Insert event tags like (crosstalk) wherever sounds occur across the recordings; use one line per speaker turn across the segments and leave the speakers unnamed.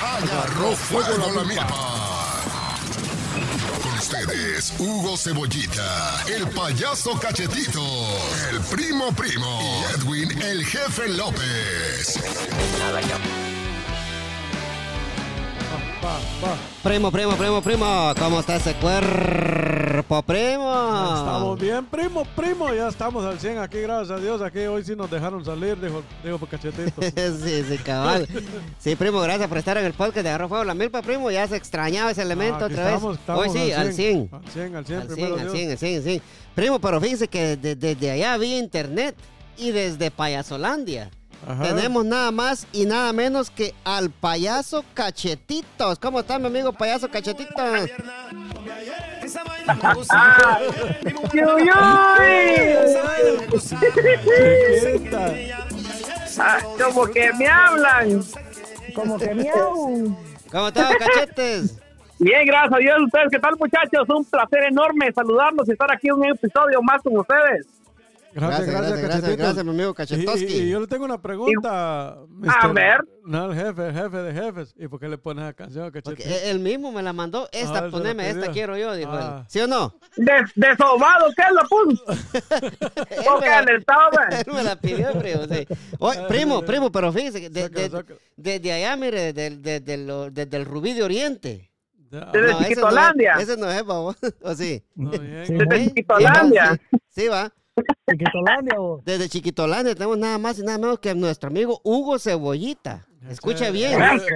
Agarró fuego la milpa. Con ustedes, Hugo Cebollita, el payaso cachetito, el primo primo y Edwin, el jefe López.
Primo, primo, primo, primo, ¿cómo está ese cuerpo, primo?
Estamos bien, primo, primo, ya estamos al 100 aquí, gracias a Dios. Aquí hoy sí nos dejaron salir, dijo, dijo Cachetito.
(laughs) sí, sí, cabal. Sí, primo, gracias por estar en el podcast de Agarró Fuego la Milpa, primo. Ya se extrañaba ese elemento
Ah, aquí
otra vez.
estamos, estamos
Hoy sí, al 100.
Al 100, al 100,
Al 100,
primero
al
Dios.
100, al 100, al 100. Primo, pero fíjense que de- desde allá había internet y desde Payasolandia.
Ajá.
Tenemos nada más y nada menos que al payaso Cachetitos. ¿Cómo está mi amigo payaso Cachetitos?
Yo, yo, Ah, como que me hablan. Como que me hablan.
¿Cómo está, Cachetes?
Bien, gracias a Dios. ¿Ustedes qué tal, muchachos? Un placer enorme saludarlos y estar aquí en un episodio más con ustedes.
Gracias, gracias,
gracias, gracias,
Cachetito.
gracias, mi amigo Cachetoski.
Y, y- y yo le tengo una pregunta,
A
Mr.
ver.
No, el jefe, el jefe de jefes. ¿Y por qué le pones la canción a
Porque
Cachetito?
e- él mismo me la mandó.
Ah, él
Esta,
se la
poneme, esta
pidió.
quiero yo, dijo
Ah.
él. ¿Sí o
(laughs)
no?
Des desobado, ¿qué es lo puso?
Él
Porque
me la-
alertado,
(laughs) Él me la pidió, primo. sí. Oye, primo, primo, pero fíjense, que de-
Ah, Sácalo,
de-
sácalo.
desde allá, mire, del- desde lo- desde el Rubí de Oriente.
Ya,
Desde
ese no es-
Chiquitolandia.
Ese no es, babo. (laughs) ¿O sí?
no, bien.
Sí.
Desde
¿Eh?
Chiquitolandia.
Sí, Sí, va.
Chiquitolandia, vos.
Desde Chiquitolandia tenemos nada más y nada menos que a nuestro amigo Hugo Cebollita. Escucha
Sí.
bien.
El-
Eso.
Este,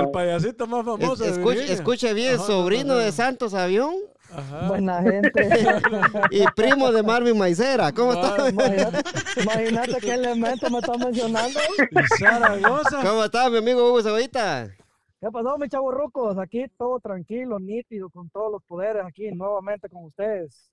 El payasito más famoso. de
Escucha,
Virginia.
escucha bien,
Ajá,
sobrino
ajá,
de Santos Avión
ajá.
Buena gente.
y primo de Marvin Maicera. ¿Cómo
Mar-
estás?
Imagínate, imagínate qué elemento me estás mencionando.
Y Zaragoza.
¿Cómo estás, mi amigo Hugo Cebollita?
¿Qué pasó, mis chavos rucos? Aquí todo tranquilo, nítido, con todos los poderes aquí nuevamente con ustedes.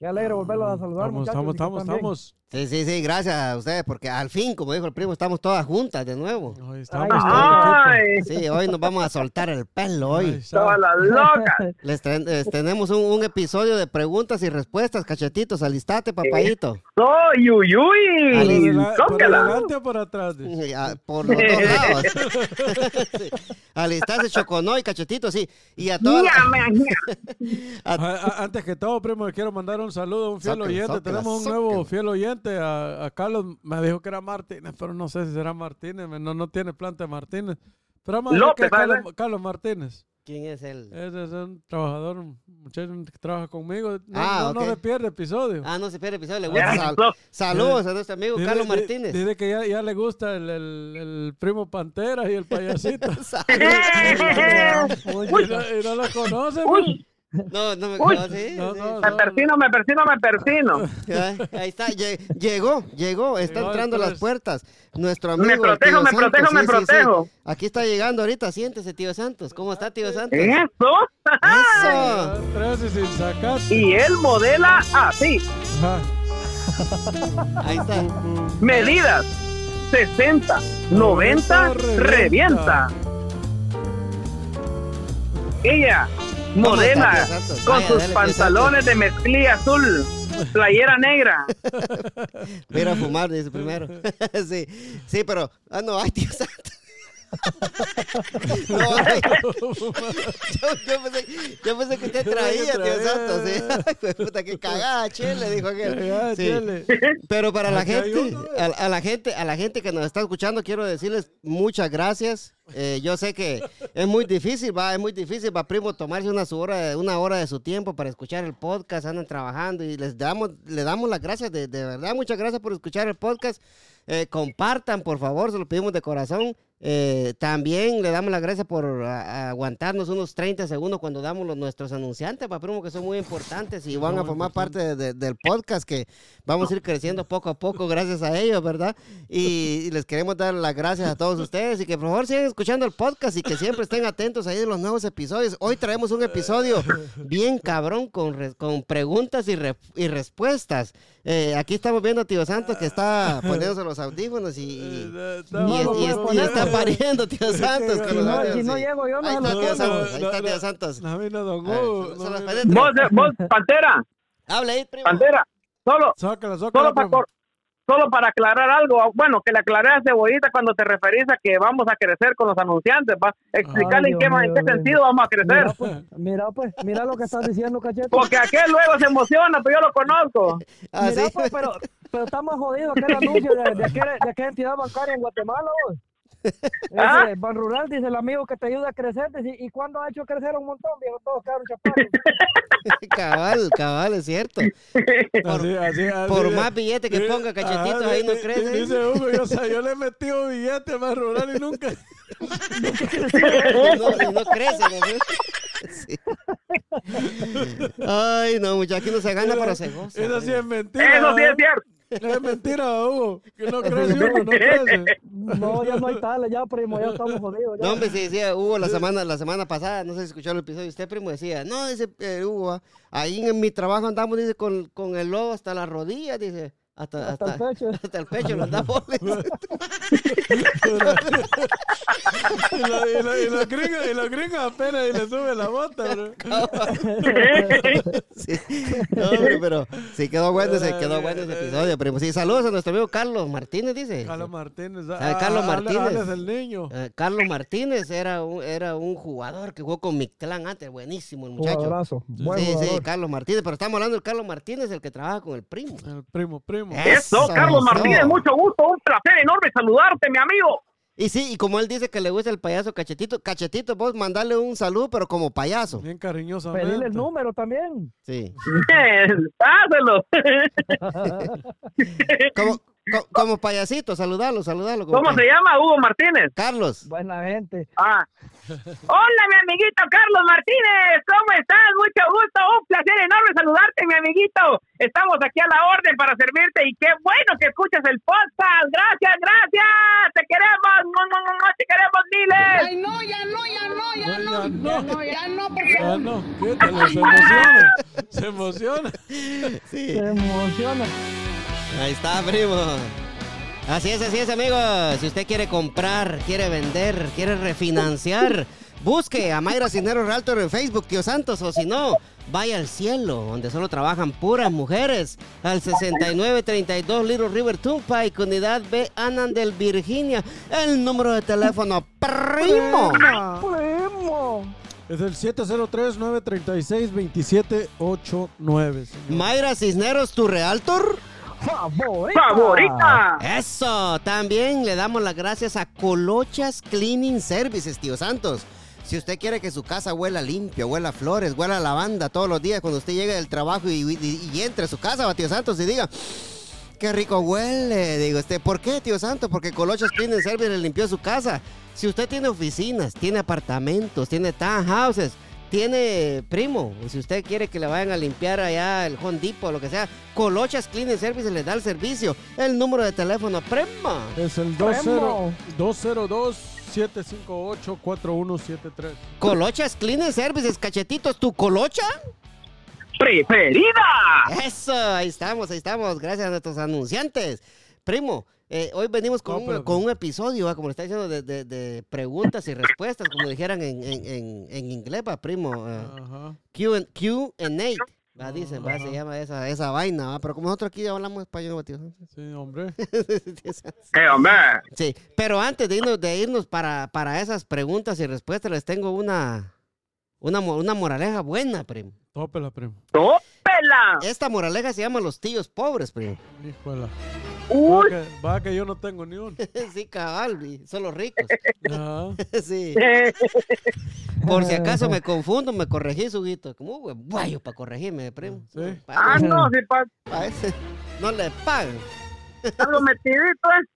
Qué alegre volverlos a saludar,
Ah, Estamos,
muchachos.
estamos,
y que
estamos,
están bien.
estamos.
Sí, sí, sí, gracias a ustedes, porque al fin, como dijo el primo, estamos todas juntas de nuevo.
Ahí estamos.
Ay,
todo el equipo.
Ay,
Sí, hoy nos vamos a soltar el pelo
Ahí
hoy.
está.
todas las locas.
Les, traen- les tenemos un, un episodio de preguntas y respuestas, cachetitos, alistate, papayito.
Soy
¿Por
Uyuy.
adela- ¿Por
Tócala.
adelante o por atrás? dice?
Ah, Por los dos lados. (laughs) Sí. Alistate, choconoy, cachetito, sí. Y a todas
Ya, me-
A- a- Antes que todo, primo, le quiero mandar un saludo a un fiel
Sácala,
oyente.
sácala,
Tenemos un
sácala.
nuevo fiel oyente. A, a Carlos me dijo que era Martínez, pero no sé si será Martínez. me- No, no tiene planta Martínez. Pero vamos a decir que
López,
es Carlos,
¿verdad?
Carlos Martínez.
¿Quién es él?
Ese es un trabajador, un muchacho que trabaja conmigo. No,
Ah,
no, no
ok.
se pierde episodio.
Ah, no se pierde episodio, le gusta.
Ya,
Sal-
no.
saludos a nuestro amigo
Dice-
Carlos
di-
Martínez.
Dice que ya, ya le gusta el, el- el primo Pantera y el
(laughs)
payasito. (laughs)
(laughs) Uy,
y, no, y no lo conoce.
Uy.
(laughs) No, no me
Uy.
conoce. ¿eh? sí,
No,
sí.
no,
Me persino, me persino, me persino.
Ay, Ahí está, lle- llegó, llegó, está
Llegó
entrando a las
después.
puertas. Nuestro amigo. el
protejo,
tío
me
Santos,
protejo, me protejo.
Aquí está llegando ahorita, siéntese, tío Santos. ¿Cómo está, tío Santos?
Eso.
¡Eso!
(laughs)
pues. Tres y sin sacas.
Y él modela así.
Ajá.
Ahí está.
Medidas 60, 90, revienta. Ella modela
está, Dios santo?
con
Vaya,
sus
dale, Dios
pantalones de mezclilla azul, playera negra.
Voy a ir a fumar, dice primero. (laughs) sí, sí, pero. Ah, no, ay, tío Santos. (laughs) No, ay. (laughs) yo, yo pensé, yo pensé que usted
Yo pensé que
traía, tío
traía.
Santos. (laughs) Sí. Ay, pues, puta, qué cagada, chile, dijo aquel.
Ya,
Sí.
chele.
Pero para la
Aquí hay eh.
gente,
uno,
a, a la gente, a la gente que nos está escuchando, quiero decirles muchas gracias. Eh, yo sé que es muy difícil, va, es muy difícil, va, primo, tomarse una, su hora, de- una hora de su tiempo para escuchar el podcast, andan trabajando y les damos, le damos las gracias, de, de verdad, muchas gracias por escuchar el podcast. Eh, compartan, por favor, se lo pedimos de corazón. Eh, también le damos las gracias por a- a aguantarnos unos 30 segundos cuando damos los, nuestros anunciantes, pa, primo, que son muy importantes y van a formar parte de- de- del podcast que vamos a ir creciendo poco a poco gracias a ellos, ¿verdad? Y, y les queremos dar las gracias a todos ustedes y que por favor sigan escuchando el podcast y que siempre estén atentos ahí de los nuevos episodios. Hoy traemos un episodio bien cabrón con, re- con preguntas y, re- y respuestas. Eh, aquí estamos viendo a Tío Santos que
(laughs)
está poniéndose los audífonos y... y-
Eh,
y-
está
y-
bueno,
y- y
bueno,
está
bueno. (laughs)
pariendo, tío Santos. con
Si
los
no-
audífonos,
si no
sí.
llego yo, no
Ahí
me
está,
lo
tío
pongo.
Santos. Ahí está,
No,
tío
no,
Santos.
No vino Don
A ver,
Hugo,
se-
no
se las
vino-
penetra.
Vos, vos, pantera,
Habla ahí, primo.
pantera, solo,
Sácala, sácala,
solo para,
primo.
cor- solo para aclarar algo, bueno, que le aclaré a Cebollita cuando te referís a que vamos a crecer con los anunciantes, va explicarle
Ay,
en qué,
Dios
ma- en
mío,
qué
Dios
sentido vamos a crecer.
Mira, pues, mira, pues, mira lo que estás diciendo, cachete.
Porque aquel luego se emociona, pero yo lo conozco.
Ah,
Mira,
sí.
pues, pero, pero estamos jodidos que el anuncio de, de, aquel- de aquella entidad bancaria en Guatemala. vos. Ese,
Ah.
Ban Rural dice el amigo que te ayuda a crecer. dice, ¿Y cuándo ha hecho crecer un montón? Viejo, todos quedaron chaparros.
(laughs) cabal, cabal,
(laughs)
es cierto.
Así, así, así,
por
eh,
más billete que
dice-
ponga, cachetitos,
ajá,
ahí no
di- di-
crece. ¿eh?
Dice Hugo, yo, o sea, yo le he metido billete más rural y
(laughs)
nunca.
Y no, y no crece, ¿no? (laughs) Sí. Ay, no, muchachos, aquí no se gana,
(laughs)
pero se goza.
Eso sí
hombre.
es mentira.
Eso sí es cierto.
cierto. Es mentira, Hugo. Que
(laughs)
no crece uno, no crece.
No, ya no hay tales, ya primo, ya estamos jodidos. Ya.
No, hombre, sí decía Hugo la semana, la semana pasada, no sé si escuchó el episodio, usted primo decía, no, dice eh, Hugo, ah, ahí en mi trabajo andamos, dice, con, con el lodo hasta las rodillas, dice, hasta,
Hasta
hasta,
el pecho.
(laughs) hasta el pecho lo
(laughs)
andamos. dice.
Y la- y la- y los gringos, y los gringos apenas y le sube la bota,
(laughs)
bro.
(laughs) Sí. No, hombre, pero sí quedó bueno, se quedó bueno ese episodio, primo. Sí, saludos a nuestro amigo Carlos Martínez, dice.
Carlos Martínez.
Ah, Carlos
Ale- Ale
Martínez.
es el niño.
Eh, Carlos Martínez era un, era un jugador que jugó con Mictlán antes, buenísimo el muchacho.
Jugadorazo, buen
sí, sí,
jugador.
Carlos Martínez, pero estamos hablando del Carlos Martínez, el que trabaja con el primo.
El primo, primo.
(laughs) Eso, Carlos
eso.
Martínez, mucho gusto, un placer enorme saludarte, mi
(laughs)
amigo.
Y sí, y como él dice que le gusta el payaso cachetito, cachetito, vos mandarle un saludo, pero como payaso.
Bien cariñoso.
Pedirle el
(laughs)
número también.
Sí.
Páselo.
Como, co- como payasito, saludarlo, saludarlo.
¿Cómo se llama Hugo Martínez?
Carlos.
Buena gente.
Ah. Hola, mi amiguito Carlos Martínez. ¿Cómo estás? Mucho gusto. Un placer enorme saludarte, mi amiguito. Estamos aquí a la orden para servirte y qué bueno que escuches el podcast. Gracias, gracias. Te queremos. No, no, no, no, te queremos, miles.
Ay, no, ya no, ya no, ya
No,
no.
ya
Ya
no.
no, ya no, por
Ah,
favor.
no, quítale, se emociona. Se emociona.
Sí.
Se emociona.
Ahí está, primo. Así es, así es, amigos. Si usted quiere comprar, quiere vender, quiere refinanciar, busque a Mayra Cisneros Realtor en Facebook, Tío Santos, o si no, vaya al cielo, donde solo trabajan puras mujeres, al 6932 Little River Turnpike, unidad B, Anandel, Virginia. El número de teléfono, primo.
Primo.
Es el 703-936-2789. señor.
Mayra Cisneros, tu Realtor.
Favorita.
Favorita.
Eso, también le damos las gracias a Colochas Cleaning Services, tío Santos. Si usted quiere que su casa huela limpio, huela a flores, huela a lavanda todos los días cuando usted llegue del trabajo y, y- y entre a su casa, va, tío Santos, y diga, qué rico huele, digo usted, ¿por qué, tío Santos? Porque Colochas Cleaning Services limpió su casa. Si usted tiene oficinas, tiene apartamentos, tiene townhouses, tiene primo, y si usted quiere que le vayan a limpiar allá el Home Depot o lo que sea, Colochas Cleaning Services le da el servicio. El número de teléfono, primo.
Es el
Primo.
202-758-4173.
Colochas Cleaning Services, cachetitos, tu colocha.
Preferida.
Eso, ahí estamos, ahí estamos. Gracias a nuestros anunciantes. Primo, eh, hoy venimos con,
No,
un,
pero- pues
con un episodio, ah, como le está diciendo, de, de- de preguntas y respuestas, como dijeran en, en, en, en inglés, va, primo. eh,
Ajá.
Q and, Q and A. Va, dicen, va, se
Ah. Ajá.
llama esa, esa vaina, va, pero como nosotros aquí hablamos español, va, tío. (laughs)
Sí, hombre.
Eh, hombre.
Sí, pero antes de irnos, de irnos para, para esas preguntas y respuestas, les tengo una, una, mo- una moraleja buena, primo.
Tópela, primo.
¡Tópela!
Esta moraleja se llama Los tíos pobres, primo.
Híjola. Va
Uy.
que, va que yo no tengo ni (laughs) uno.
(laughs) Sí, cabal, vi, son los ricos. (laughs)
Ajá.
Sí.
(laughs) eh,
Por si acaso me confundo, me corregí, suguito. Como güey, guayo para corregirme, primo.
Sí.
No, pa-
Ah, no, si pa-
pa' ese (laughs) no le pagan.
algo metidito, eh.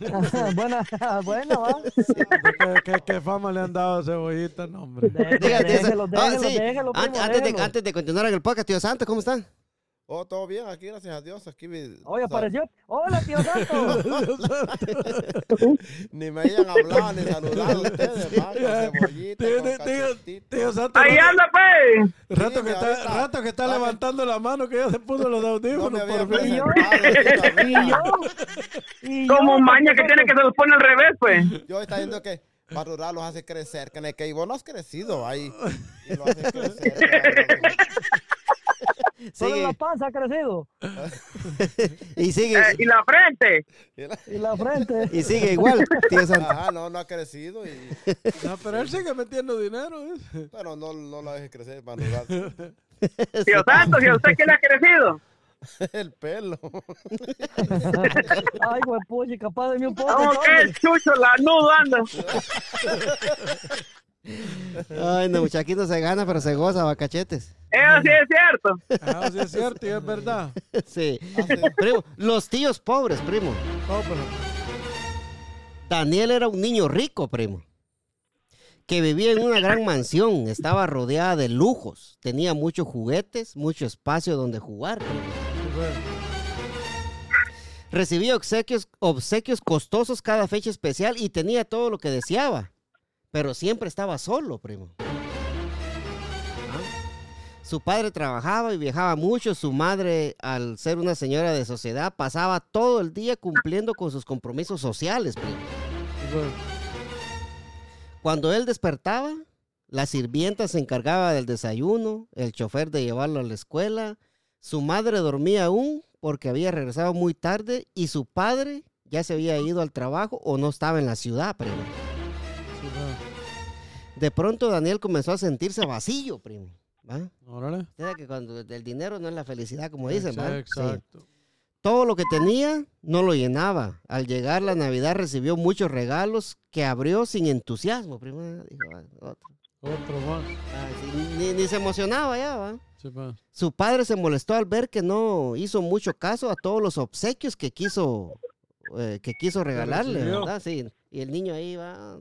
(laughs) buena, (laughs) buena, va.
¿Qué, qué, qué fama le han dado a Cebollita? No, hombre.
Dígate eso.
Déjelo, déjelo,
Ah,
déjelo,
sí.
déjelo,
An-
primo,
antes, de,
déjelo.
antes de continuar en el podcast, tío Santos, ¿cómo están?
Oh, todo bien, aquí gracias a Dios, aquí vi-
Oye,
o sea,
apareció. Hola, tío Santo.
(laughs)
ni me hayan hablado ni saludado ustedes,
(laughs)
va, con cebollita,
Tío,
con
tío, tío,
cachetito.
tío Santo,
Ahí
rato-
anda, pues.
rato,
Sí,
que
que
está,
ahorita-
rato que está
dame.
levantando la mano que ya se puso (laughs) los
No me
audífonos
había
por fin.
yo.
presentado,
Y yo.
chica,
y yo,
Como maña que
tío
tiene que
Santo.
se los pone al revés, pues.
mira. Yo está viendo que para rural los hace crecer, que en el que vos no has crecido ahí. Y lo hace crecer. claro.
Solo
Sigue.
la panza ha crecido
(laughs) Y sigue,
Eh, y la frente.
(laughs)
y la frente.
y sigue igual, tío Santo. (laughs)
Ajá, no, no ha crecido y.
No, pero él sigue metiendo dinero. dice.
Bueno, no, no la dejes crecer para arrugar
Dios santo, ¿y a usted qué le ha crecido?
(laughs) el pelo.
(laughs) Ay, güey, puchi, capaz de mí un poco.
¿Cómo que el chucho la nudo anda?
Ay, no, mucha, aquí no se gana, pero se goza, bacachetes.
Eso sí es cierto.
(laughs) Ah, sí es cierto y es verdad.
(laughs) Sí.
sí.
Primo, los tíos pobres, primo.
No, pero
Daniel era un niño rico, primo, que vivía en una gran mansión, estaba rodeada de lujos, tenía muchos juguetes, mucho espacio donde jugar. primo. Recibía obsequios, obsequios costosos cada fecha especial y tenía todo lo que deseaba, pero siempre estaba solo, primo. ¿Ah? Su padre trabajaba y viajaba mucho, su madre, al ser una señora de sociedad, pasaba todo el día cumpliendo con sus compromisos sociales, primo.
bueno,
Cuando él despertaba, la sirvienta se encargaba del desayuno, el chofer de llevarlo a la escuela, su madre dormía aún porque había regresado muy tarde y su padre ya se había ido al trabajo o no estaba en la ciudad, primo.
sí, va.
De pronto Daniel comenzó a sentirse vacío, primo. ¿va?
Órale.
Usted sabe que cuando el dinero no es la felicidad, como dicen, ¿va? Sí.
Exacto.
Todo lo que tenía no lo llenaba. Al llegar la Navidad recibió muchos regalos que abrió sin entusiasmo, primo. Dijo, "Ah, otro".
Otro más.
Ah, sí, ni, ni se emocionaba ya, ¿va?
Sí, pues, va.
Su padre se molestó al ver que no hizo mucho caso a todos los obsequios que quiso, eh, que quiso regalarle,
recibió.
¿verdad? Sí. Y el niño ahí va,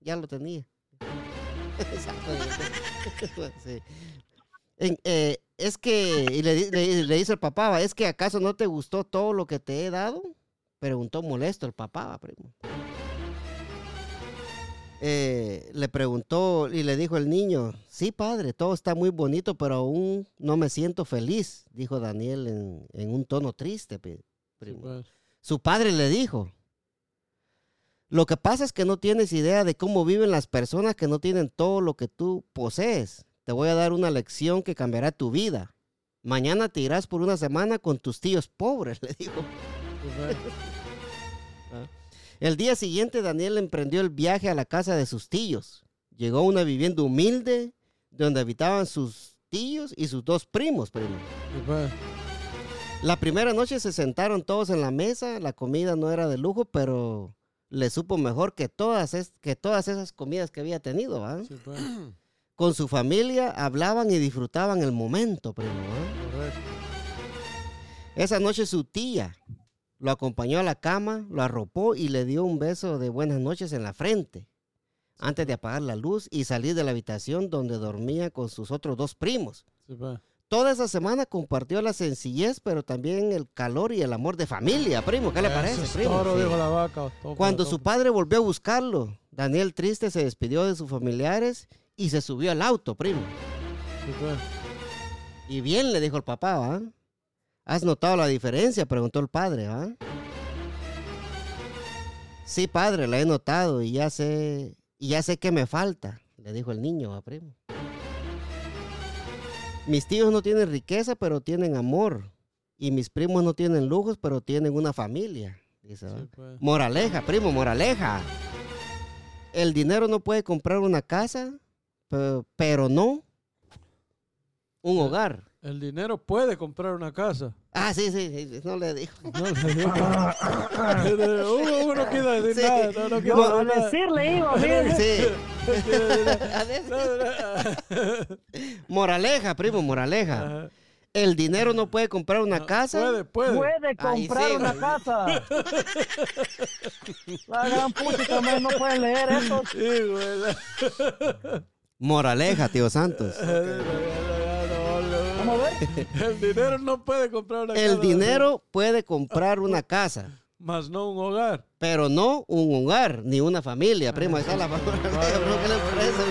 ya lo tenía. (laughs) Exacto, (laughs) ya te- sí. En- eh, es que, y le, di- le- le dice el papá, "Va, ¿es que acaso no te gustó todo lo que te he dado? Preguntó molesto el papá, va, primo. Eh, le preguntó y le dijo el niño, sí padre, todo está muy bonito, pero aún no me siento feliz, dijo Daniel en, en un tono triste. pi-
Sí,
primo.
va.
Su padre le dijo, lo que pasa es que no tienes idea de cómo viven las personas que no tienen todo lo que tú posees. Te voy a dar una lección que cambiará tu vida. Mañana te irás por una semana con tus tíos pobres, (laughs) le dijo.
Sí, va.
El día siguiente Daniel emprendió el viaje a la casa de sus tíos. Llegó a una vivienda humilde donde habitaban sus tíos y sus dos primos, primo.
Sí, pues, va.
La primera noche se sentaron todos en la mesa, la comida no era de lujo, pero le supo mejor que todas, es- que todas esas comidas que había tenido, ¿va?
Sí, pues, va.
Con su familia hablaban y disfrutaban el momento, primo, ¿va?
Correcto.
Esa noche su tía lo acompañó a la cama, lo arropó y le dio un beso de buenas noches en la frente antes de apagar la luz y salir de la habitación donde dormía con sus otros dos primos.
Sí, pues. va.
Toda esa semana compartió la sencillez, pero también el calor y el amor de familia, primo. ¿Qué le parece,
Eso es
primo?
Toro
Sí.
dijo la vaca. Toma,
Cuando
toma.
su padre volvió a buscarlo, Daniel triste se despidió de sus familiares y se subió al auto, primo.
pues, Sí, va.
Y bien, le dijo el papá, ¿va? ¿Has notado la diferencia? Preguntó el padre, ¿va? Sí, padre, la he notado y ya sé, y ya sé que me falta, le dijo el niño a primo. Mis tíos no tienen riqueza, pero tienen amor. Y mis primos no tienen lujos, pero tienen una familia. Dice, ¿va?
Sí, va.
Moraleja, primo, moraleja. El dinero no puede comprar una casa, pe- pero no
Ah.
un hogar.
El dinero puede comprar una casa. (laughs)
Ah, sí, sí, sí, no le dijo.
No, le digo. (laughs) uno, uno quiere decir
Sí.
nada. No, no quiere
Yo-
A
decir nada.
decirle iba, mire.
Sí.
(laughs)
(laughs)
No quiere decir nada.
A ver,
No, no. (laughs)
Moraleja, primo, moraleja.
Ajá.
El dinero no puede comprar una
No,
casa.
Puede, puede.
Puede
Ahí
comprar
sí,
una
güey. (laughs)
casa. La gran puta también no puede leer eso.
Sí, güey. la-
Moraleja, tío
(laughs)
Santos.
la- la- la- la-
Vamos a ver.
(laughs)
El dinero no puede comprar una casa.
El dinero puede comprar una casa,
Más no un hogar.
pero no un hogar ni una familia, primo. Ahí está la moraleja, bro, ¿qué le parece?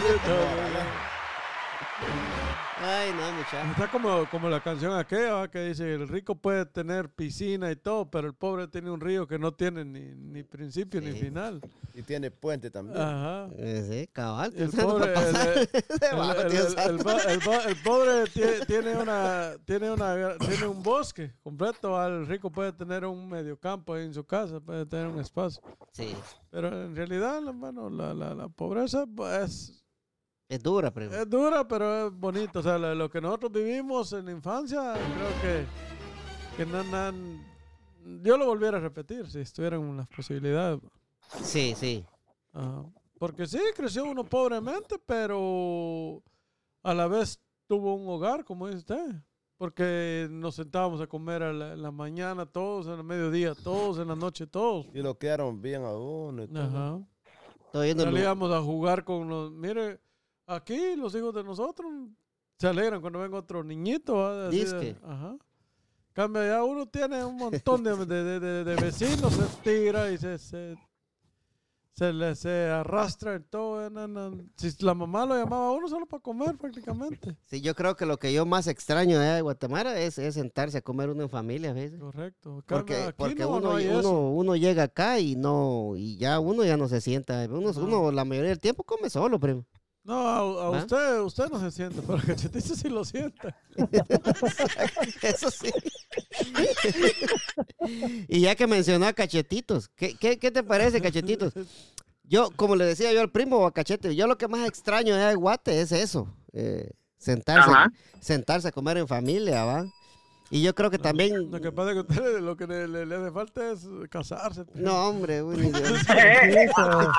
Ay, no, muchacho.
Está como, como la canción aquella ¿va? que dice, el rico puede tener piscina y todo, pero el pobre tiene un río que no tiene ni, ni principio ni
(laughs)
final.
Y tiene puente también.
Ajá.
Eh, Sí, cabal.
El
pensando
pobre,
para
el-
pasar.
el-
(laughs) Ese
el-
vago,
el-
Dios
el-
santo.
el po- el po- el pobre tie- tiene una tiene una tiene un bosque completo. El rico puede tener un mediocampo ahí en su casa, puede tener un espacio.
Sí,
Pero en realidad, hermano, la, la, la pobreza es,
es dura, primo.
es dura, pero es bonita. O sea, lo, lo que nosotros vivimos en la infancia, creo que, que no- no- yo lo volviera a repetir si estuvieran las posibilidades.
Sí, sí.
Ajá. Porque sí, creció uno pobremente, pero a la vez tuvo un hogar, como dice usted. Porque nos sentábamos a comer a la, en la mañana todos, en el mediodía todos, en la noche todos.
Y lo quedaron bien a uno. y todo.
Ajá.
Estoy viendo el lugar.
Salíamos a jugar con los... Mire, aquí los hijos de nosotros se alegran cuando ven otro niñito. ¿va? Así de-
Disque.
Ajá. Cambia, ya uno tiene un montón de, de- de- de- de vecinos, se tira y se... se se le se arrastra en todo. eh, na, na. Si la mamá lo llamaba a uno solo para comer prácticamente.
Sí, yo creo que lo que yo más extraño de Guatemala es, es sentarse a comer uno en familia a veces.
Correcto. Cambia,
Porque,
aquí
porque
no, no
uno,
hay eso.
uno, uno llega acá y no y ya uno ya no se sienta. Uno,
No.
uno la mayoría del tiempo come solo, primo.
No, a, a
¿Ah?
usted, usted no se siente, pero cachetista sí lo siente.
(laughs) Eso sí. y ya que mencionó a Cachetitos, ¿qué, qué, qué te parece, Cachetitos? Yo, como le decía yo al primo o a Cachete, yo lo que más extraño de Guate es eso, eh, sentarse,
Ajá.
sentarse a comer en familia, ¿va? Y yo creo que también...
Lo que pasa es que a usted lo que le, le- le hace falta es casarse. pues.
No, hombre, uy, ni Dios.
Eh,
Eso.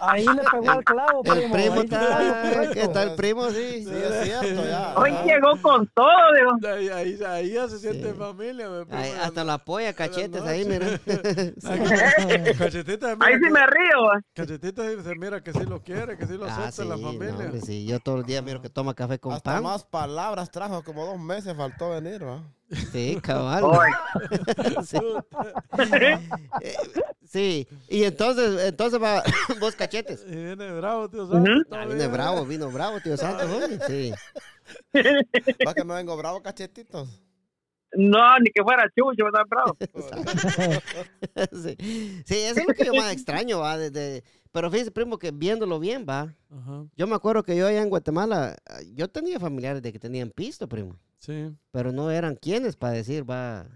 Ahí le pegó al clavo, primo.
Eh, El primo
ahí está
está,
correcto.
¿qué está el primo? Sí.
Sí, es cierto, ya.
Hoy
ya.
llegó con todo, Dios.
(laughs) Ahí, ahí, ahí ya se siente
Sí.
familia. me pongo
Ahí,
en-
hasta la polla, cachetes ahí, mira. (laughs)
Ay, (laughs) Cachetita, mira
Ahí sí
que-
me río. pues.
Cachetita sí se mira que sí lo quiere, que sí lo acepta
Ah, sí,
la
no,
familia.
hombre, sí, yo todo el día miro que toma café con
Hasta
pan.
más palabras trajo, como dos meses faltó venir, ¿va?
Sí, cabal.
Ay.
(laughs)
sí. Eh, sí, y entonces, entonces va, (coughs) vos cachetes.
Y viene bravo, tío.
Ujú.
¿sabes?
Ah,
Todo
Vino
bien.
bravo, vino bravo, tío Santo. hombre,
(laughs)
Sí.
Va que no vengo bravo, cachetitos.
No, ni que fuera chucho, ¿verdad, bravo?
sí, Sí, eso es lo que yo más extraño, va. de- de- Pero fíjese, primo, que viéndolo bien, va.
Ajá,
Yo me acuerdo que yo allá en Guatemala, ah, yo tenía familiares de que tenían pisto, primo.
sí.
Pero no eran quienes para decir, va.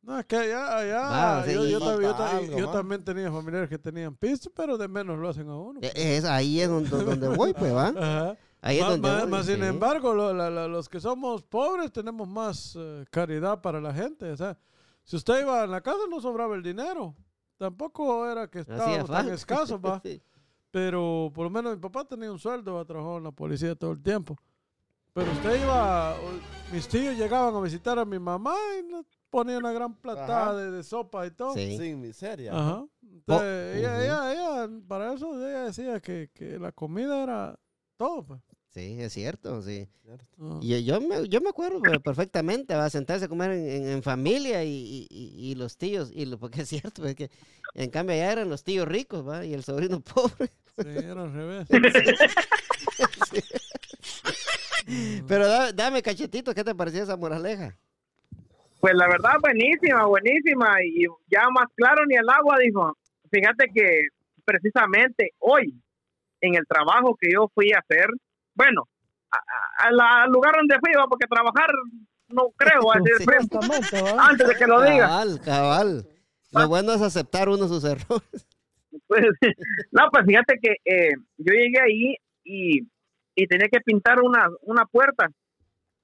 No, es que allá, allá,
Va, sí,
yo, yo
falta
también, yo ta-
algo,
yo
va.
también tenía familiares que tenían pisto, pero de menos lo hacen a uno.
Eh, Es, ahí es donde, donde voy, pues, va.
Ajá.
Ahí es
Más-
donde
más-
voy,
más sin
sí.
embargo, lo- la- la- los que somos pobres tenemos más eh, caridad para la gente. O sea, si usted iba a la casa no sobraba el dinero. Tampoco era que
Hacía
estábamos tan
falta.
escasos,
(laughs)
va.
Sí.
Pero por lo menos mi papá tenía un sueldo, ha trabajado en la policía todo el tiempo. Pero usted iba, o- mis tíos llegaban a visitar a mi mamá y nos ponían una gran platada
Ajá.
de, de sopa y todo.
Sí.
Sin miseria.
Ajá. Entonces,
Oh,
ella,
ujú.
ella, ella, para eso ella decía que, que la comida era todo. pues. Ah.
Sí, es cierto, sí.
Ajá.
Y eh, Yo, yo me, yo me acuerdo pero perfectamente, va a sentarse a comer en, en- en familia y, y- y- y los tíos, y lo, porque es cierto, pues, que en cambio allá eran los tíos ricos, va, y el sobrino (laughs) pobre.
Sí, era al revés.
Pero da- dame cachetito, ¿qué te pareció esa moraleja?
Pues la verdad, buenísima, buenísima. Y ya más claro ni el agua, dijo. Fíjate que precisamente hoy, en el trabajo que yo fui a hacer, bueno, a- a- a la- al lugar donde fui, va, porque trabajar no creo, va,
Sí.
Exactamente, ¿verdad?
antes de que lo Ah. diga.
Cabal, cabal. Lo bueno es aceptar uno sus errores. (laughs)
Pues, no, pues fíjate que eh, yo llegué ahí y, y tenía que pintar una, una puerta.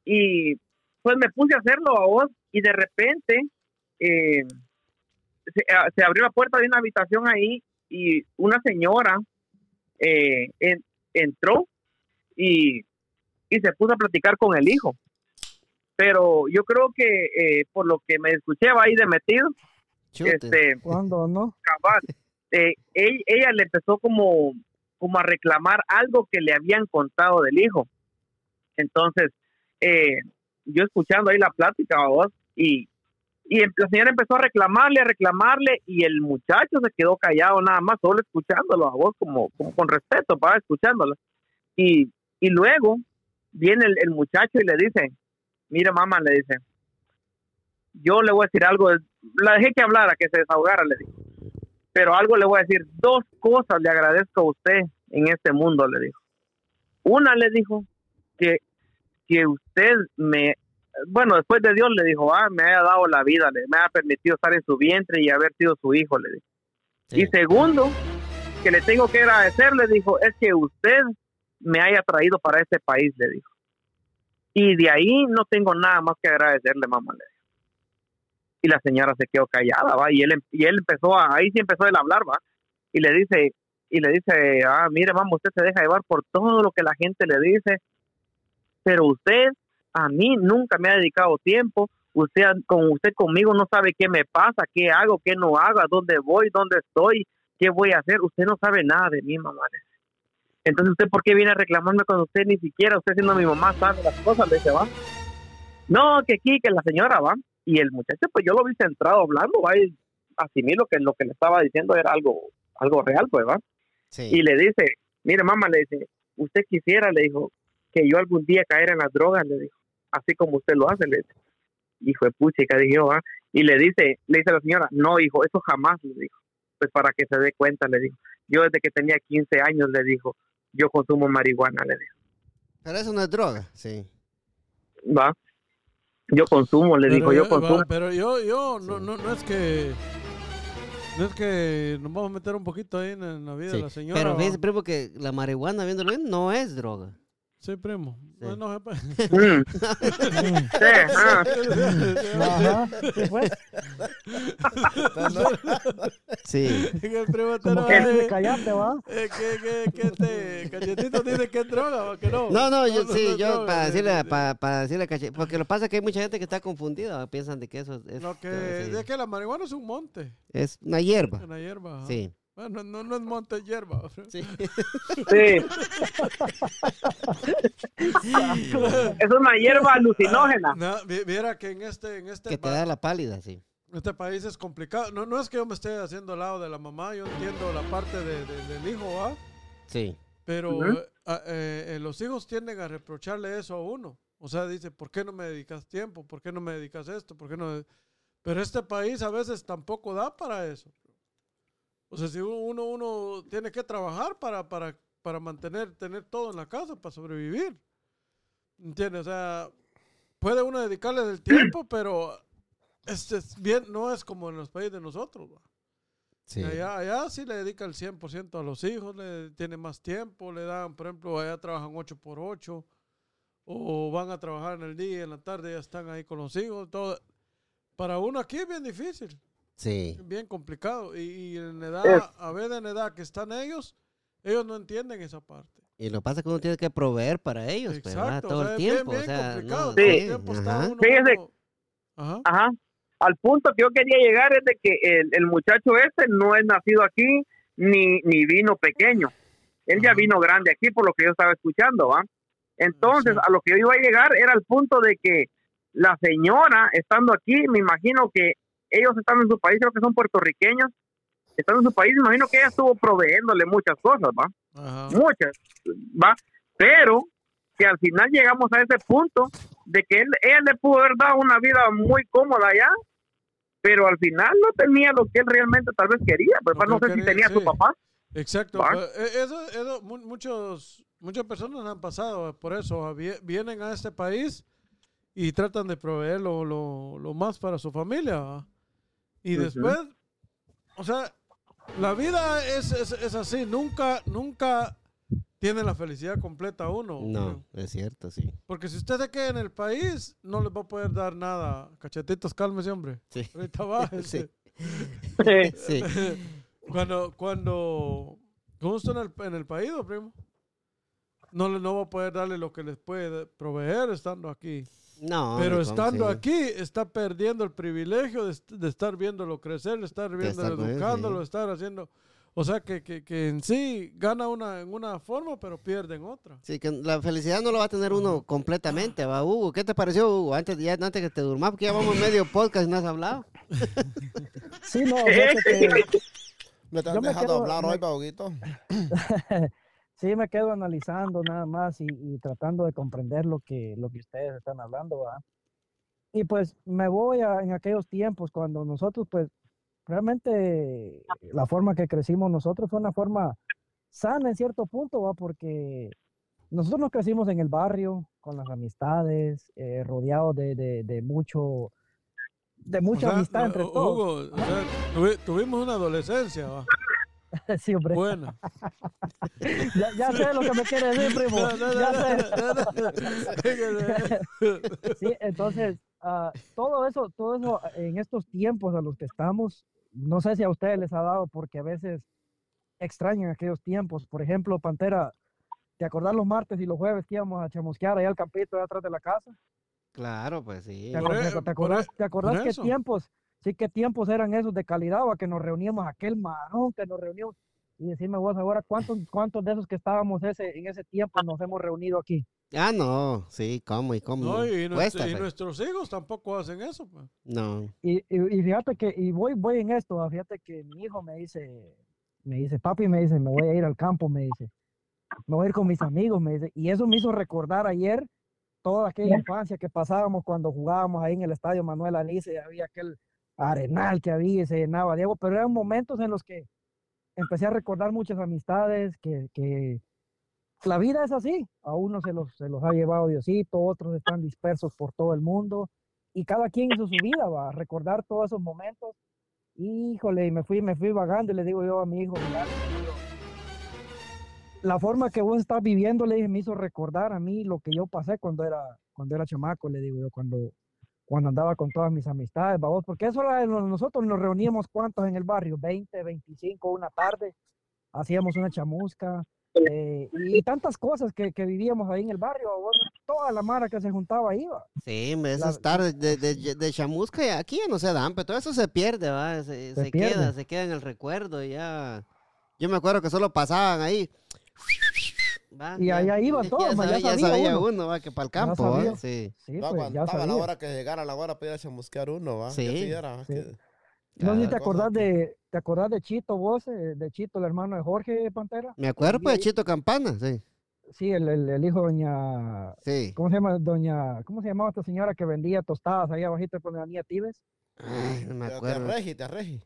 Y pues me puse a hacerlo a vos y de repente eh, se, a- se abrió la puerta de una habitación ahí y una señora eh, en- entró y, y se puso a platicar con el hijo. Pero yo creo que eh, por lo que me escuché va ahí de metido,
Chute.
este,
¿Cuándo
(laughs)
no?
cabal. Eh, ell- ella le empezó como, como a reclamar algo que le habían contado del hijo. Entonces, eh, yo escuchando ahí la plática, ¿va vos, y, y em- la señora empezó a reclamarle, a reclamarle, y el muchacho se quedó callado nada más, solo escuchándolo a vos, como, como con respeto, para escuchándolo. Y, y luego viene el, el muchacho y le dice, mira mamá, le dice, yo le voy a decir algo, la dejé que hablara, que se desahogara, le dijo, pero algo le voy a decir, dos cosas le agradezco a usted en este mundo, le dijo. Una le dijo que, que usted me, bueno, después de Dios le dijo, ah, me ha dado la vida, le, me ha permitido estar en su vientre y haber sido su hijo, le dijo.
Sí.
Y segundo, que le tengo que agradecer, le dijo, es que usted me haya traído para este país, le dijo. Y de ahí no tengo nada más que agradecerle, mamá, le dijo. Y la señora se quedó callada, va, y él, em- y él empezó a, ahí sí empezó él a hablar, va, y le dice, y le dice, ah, mire, mamá, usted se deja llevar por todo lo que la gente le dice, pero usted a mí nunca me ha dedicado tiempo, usted con usted conmigo no sabe qué me pasa, qué hago, qué no hago, a dónde voy, dónde estoy, qué voy a hacer, usted no sabe nada de mí, mamá. le dice. Entonces, ¿usted por qué viene a reclamarme cuando usted ni siquiera, usted siendo mi mamá, sabe las cosas? Le dice, va. No, que aquí, que la señora va. Y el muchacho, pues yo lo vi centrado hablando, va, y asimilo que lo que le estaba diciendo era algo, algo real, pues, va
Sí.
y le dice, mire mamá, le dice, usted quisiera, le dijo, que yo algún día caer en las drogas, le dijo, así como usted lo hace, le dice. Hijo de puchica, dije yo, ah. Y le dice, le dice a la señora, no, hijo, eso jamás, le dijo. Pues para que se dé cuenta, le dijo. Yo desde que tenía 15 años, le dijo, yo consumo marihuana, le dijo.
Pero eso no es droga. Sí.
Va. Yo consumo, le dijo, yo
va,
consumo.
pero yo, yo, no, no, no es que. No es que nos vamos a meter un poquito ahí en, en la vida
sí.
de la señora.
Pero
va.
fíjese, primo, que la marihuana, viéndolo bien, no es droga.
Sí, primo. No,
Sí.
no, jepa.
(laughs)
(laughs)
Mm. Sí, ah.
Ajá. sí, pues,
(laughs)
Sí.
Que el primo te
como
lo
que
va a
antes de
decir,
callarte, va.
eh, que, que, que te. Cachetito dice que es droga, va, que no.
No, no, yo,
no,
sí,
no es
yo
droga, eh,
para
sí,
decirle,
sí,
a-
sí.
para, para decirle a Cache- porque lo que pasa es que hay mucha gente que está confundida, piensan de que eso es, es-
Lo que,
este, sí,
es que la marihuana es un monte,
es una hierba.
una hierba. ajá. (laughs)
Sí.
Bueno, no, no es monte, es hierba.
Sí.
Sí. es una hierba alucinógena.
(laughs) No, vi- viera que en este, en este
(laughs) que te
pa-
da la pálida, sí.
Este país es complicado. No, no es que yo me esté haciendo al lado de la mamá, yo entiendo la parte de- de- del hijo, ¿va?
Sí.
Pero
Ujú.
eh, a- eh, eh, los hijos tienden a reprocharle eso a uno. O sea, dice, ¿por qué no me dedicas tiempo? ¿Por qué no me dedicas esto? ¿Por qué no? Pero este país a veces tampoco da para eso. O sea, si uno, uno tiene que trabajar para, para, para mantener, tener todo en la casa, para sobrevivir. ¿Entiendes? O sea, puede uno dedicarle el tiempo, pero este es bien, no es como en los países de nosotros. ¿va?
Sí.
Allá, allá sí le dedica el 100% a los hijos, le tiene más tiempo, le dan, por ejemplo, allá trabajan 8 por 8 o van a trabajar en el día y en la tarde ya están ahí con los hijos. Todo. Para uno aquí es bien difícil,
Sí.
bien complicado. Y, y en la
Es.
edad, a veces en la edad que están ellos, ellos no entienden esa parte.
Y lo que pasa es que uno tiene que proveer para ellos, pues, ¿verdad?
Exacto, o
todo
sea,
el
es bien,
tiempo.
bien
o sea,
complicado,
no,
todo el
sí,
tiempo está
ajá.
uno-
Fíjese.
uno- Ajá.
Ajá. Al punto que yo quería llegar es de que el, el muchacho este no es nacido aquí ni, ni vino pequeño. Él ya
Ajá.
vino grande aquí por lo que yo estaba escuchando, ¿va? Entonces,
Sí.
a lo que yo iba a llegar era al punto de que la señora estando aquí, me imagino que ellos están en su país, creo que son puertorriqueños, están en su país, me imagino que ella estuvo proveéndole muchas cosas, ¿va?
Ajá.
muchas, ¿va? Pero que al final llegamos a ese punto de que él, ella le pudo haber dado una vida muy cómoda allá, pero al final no tenía lo que él realmente tal vez quería, pues
Lo
no
que
sé si
quería,
tenía su
sí.
papá.
Exacto.
¿Va?
pero, eh, Eso, eso, mu- muchos, muchas personas han pasado eh, por eso. ah, vie- Vienen a este país y tratan de proveer lo, lo- lo más para su familia. ¿va? Y
Ujú.
después, o sea, la vida es, es, es así. Nunca, nunca tiene la felicidad completa uno.
No, es cierto, sí.
Porque si usted se queda en el país, no les va a poder dar nada. Cachetitos, cálmese, hombre.
Sí. (laughs)
Ahorita este, bájese.
Sí. sí.
Cuando, cuando justo en el, en el país, ¿no, primo, no, le- no va a poder darle lo que les puede proveer estando aquí. (laughs)
No.
Pero
hombre, ¿cómo
estando
Ah, sí?
aquí, está perdiendo el privilegio de, est- de estar viéndolo crecer, de estar viéndolo
estar con él,
educándolo,
sí.
de estar haciendo. O sea, que, que, que en sí gana una, en una forma, pero pierde en otra.
Sí, que la felicidad no la va a tener uno completamente, va Hugo. ¿Qué te pareció, Hugo? Antes, ya, antes que te durmas, porque ya vamos medio podcast y no has hablado.
(laughs) Sí, no, fíjate que-
Me están
Yo me
dejando
quedo-
hablar
me-
hoy, Bauguito.
sí me quedo analizando nada más y, y tratando de comprender lo que, lo que ustedes están hablando, ¿verdad? Y pues me voy a, en aquellos tiempos cuando nosotros, pues, realmente la forma que crecimos nosotros fue una forma sana en cierto punto, ¿va? Porque nosotros nos crecimos en el barrio, con las amistades, eh, rodeados de, de, de mucho, de
O
mucha
sea,
amistad
no,
entre
Hugo,
todos.
o sea, tuvi- tuvimos una adolescencia, va.
(laughs) Sí, hombre.
Buena. (laughs)
Ya, ya sé lo que me quiere decir, primo.
No, no, no,
Ya sé.
no, no, no.
Sí, entonces, ah, todo eso, todo eso en estos tiempos a los que estamos, no sé si a ustedes les ha dado porque a veces extrañan aquellos tiempos. Por ejemplo, Pantera, ¿te acordás los martes y los jueves que íbamos a chamusquear allá al campito de atrás de la casa?
Claro, pues sí.
¿Te
Por
acordás,
e-
te
por
acordás-
e-
te acordás
por
qué
eso.
tiempos? Sí, qué tiempos eran esos de calidad, va, que nos reuníamos aquel marón, que nos reuníamos. Y decirme vos ahora, ¿cuántos, cuántos de esos que estábamos ese, en ese tiempo nos hemos reunido aquí?
Ah, no, sí, cómo y cómo.
No, y, nuestro-
Cuesta,
y
pues.
nuestros hijos tampoco hacen eso. pues.
No.
Y, y- y fíjate que, y voy, voy en esto, ah, fíjate que mi hijo me dice, me dice, papi, me dice, me voy a ir al campo, me dice, me voy a ir con mis amigos, me dice, y eso me hizo recordar ayer toda aquella infancia que pasábamos cuando jugábamos ahí en el estadio Manuel Alice, había aquel arenal que había, y se llenaba Diego, pero eran momentos en los que empecé a recordar muchas amistades, que, que la vida es así, a unos se los, se los ha llevado Diosito, otros están dispersos por todo el mundo y cada quien hizo su vida, va a recordar todos esos momentos. Híjole, y me fui, me fui vagando y le digo yo a mi hijo, "Mira, le digo, la forma que vos estás viviendo, le dije, me hizo recordar a mí lo que yo pasé cuando era, cuando era chamaco, le digo yo, cuando, cuando andaba con todas mis amistades, va vos, porque eso era, de lo- nosotros nos reuníamos cuántos en el barrio, 20, 25, una tarde, hacíamos una chamusca. eh, y tantas cosas que, que vivíamos ahí en el barrio, va vos, toda la mara que se juntaba ahí, va.
Sí, hombre,
La-
esas tardes de, de, de chamusca ya- aquí ya no se dan, pero todo eso se pierde, ¿va? Se,
Se
se queda,
pierde.
se queda en el recuerdo y ya. Yo me acuerdo que solo pasaban ahí. ¿va?
Y
Ya-
allá iban
ya
todos, ma, ya
sabía- ya
sabía
sabía
uno.
uno, ¿va? Que para el campo, ¿va?
sabía.
Sí.
Sí,
No
pues, ya
aguantaba la
sabía.
hora que llegara la hora para ir a chamusquear uno, ¿va?
Sí.
Y así era,
Sí.
que-
No
Claro.
sé si te
Cosa
acordás
que-
de, te acordás de Chito vos, eh, de Chito, el hermano de Jorge Pantera.
Me acuerdo pues, de
ahí-
Chito Campana, sí.
Sí, el, el, el hijo de doña,
Sí.
¿cómo se llama? Doña, ¿cómo se llamaba esta señora que vendía tostadas ahí abajito con la niña Tibes?
Ay, no me
Pero Te
acuerdo.
regi, te regi.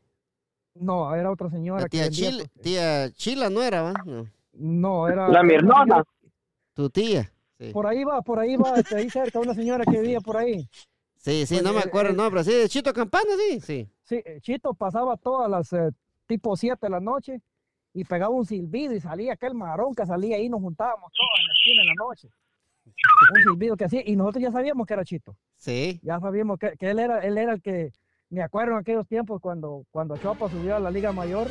No, era otra
La
señora que
tía
vendía.
Chila,
tos-
tía Chila no era, ¿va? No.
No, era.
La
era una
Mirnona.
señora-
Tu tía. Sí,
Por ahí va, por ahí va, este, ahí cerca, una señora que vivía por ahí.
sí, sí
pues,
no me
el-
acuerdo el
el-
nombre. Sí, de Chito Campana, sí. Sí.
Sí, eh, Chito pasaba todas las eh, tipo 7 de la noche y pegaba un silbido y salía aquel marón que salía ahí, nos juntábamos todos en la esquina en la noche. Un silbido que hacía y nosotros ya sabíamos que era Chito.
Sí.
Ya sabíamos que, que él era él era el que me acuerdo en aquellos tiempos cuando cuando Chopa subió a la Liga Mayor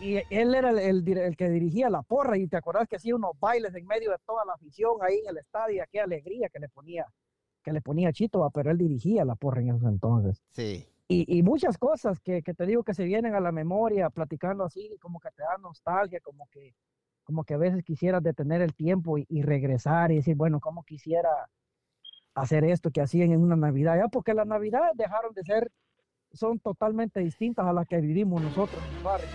y él era el, el dir- el que dirigía la porra y te acordás que hacía unos bailes en medio de toda la afición ahí en el estadio, qué alegría que le ponía que le ponía Chito, va, pero él dirigía la porra en esos entonces
Sí.
y, y muchas cosas que, que te digo que se vienen a la memoria platicando así, como que te da nostalgia, como que, como que a veces quisieras detener el tiempo y, y regresar y decir, bueno, ¿cómo quisiera hacer esto que hacían en una Navidad? Ya porque las Navidades dejaron de ser, son totalmente distintas a las que vivimos nosotros en el barrio.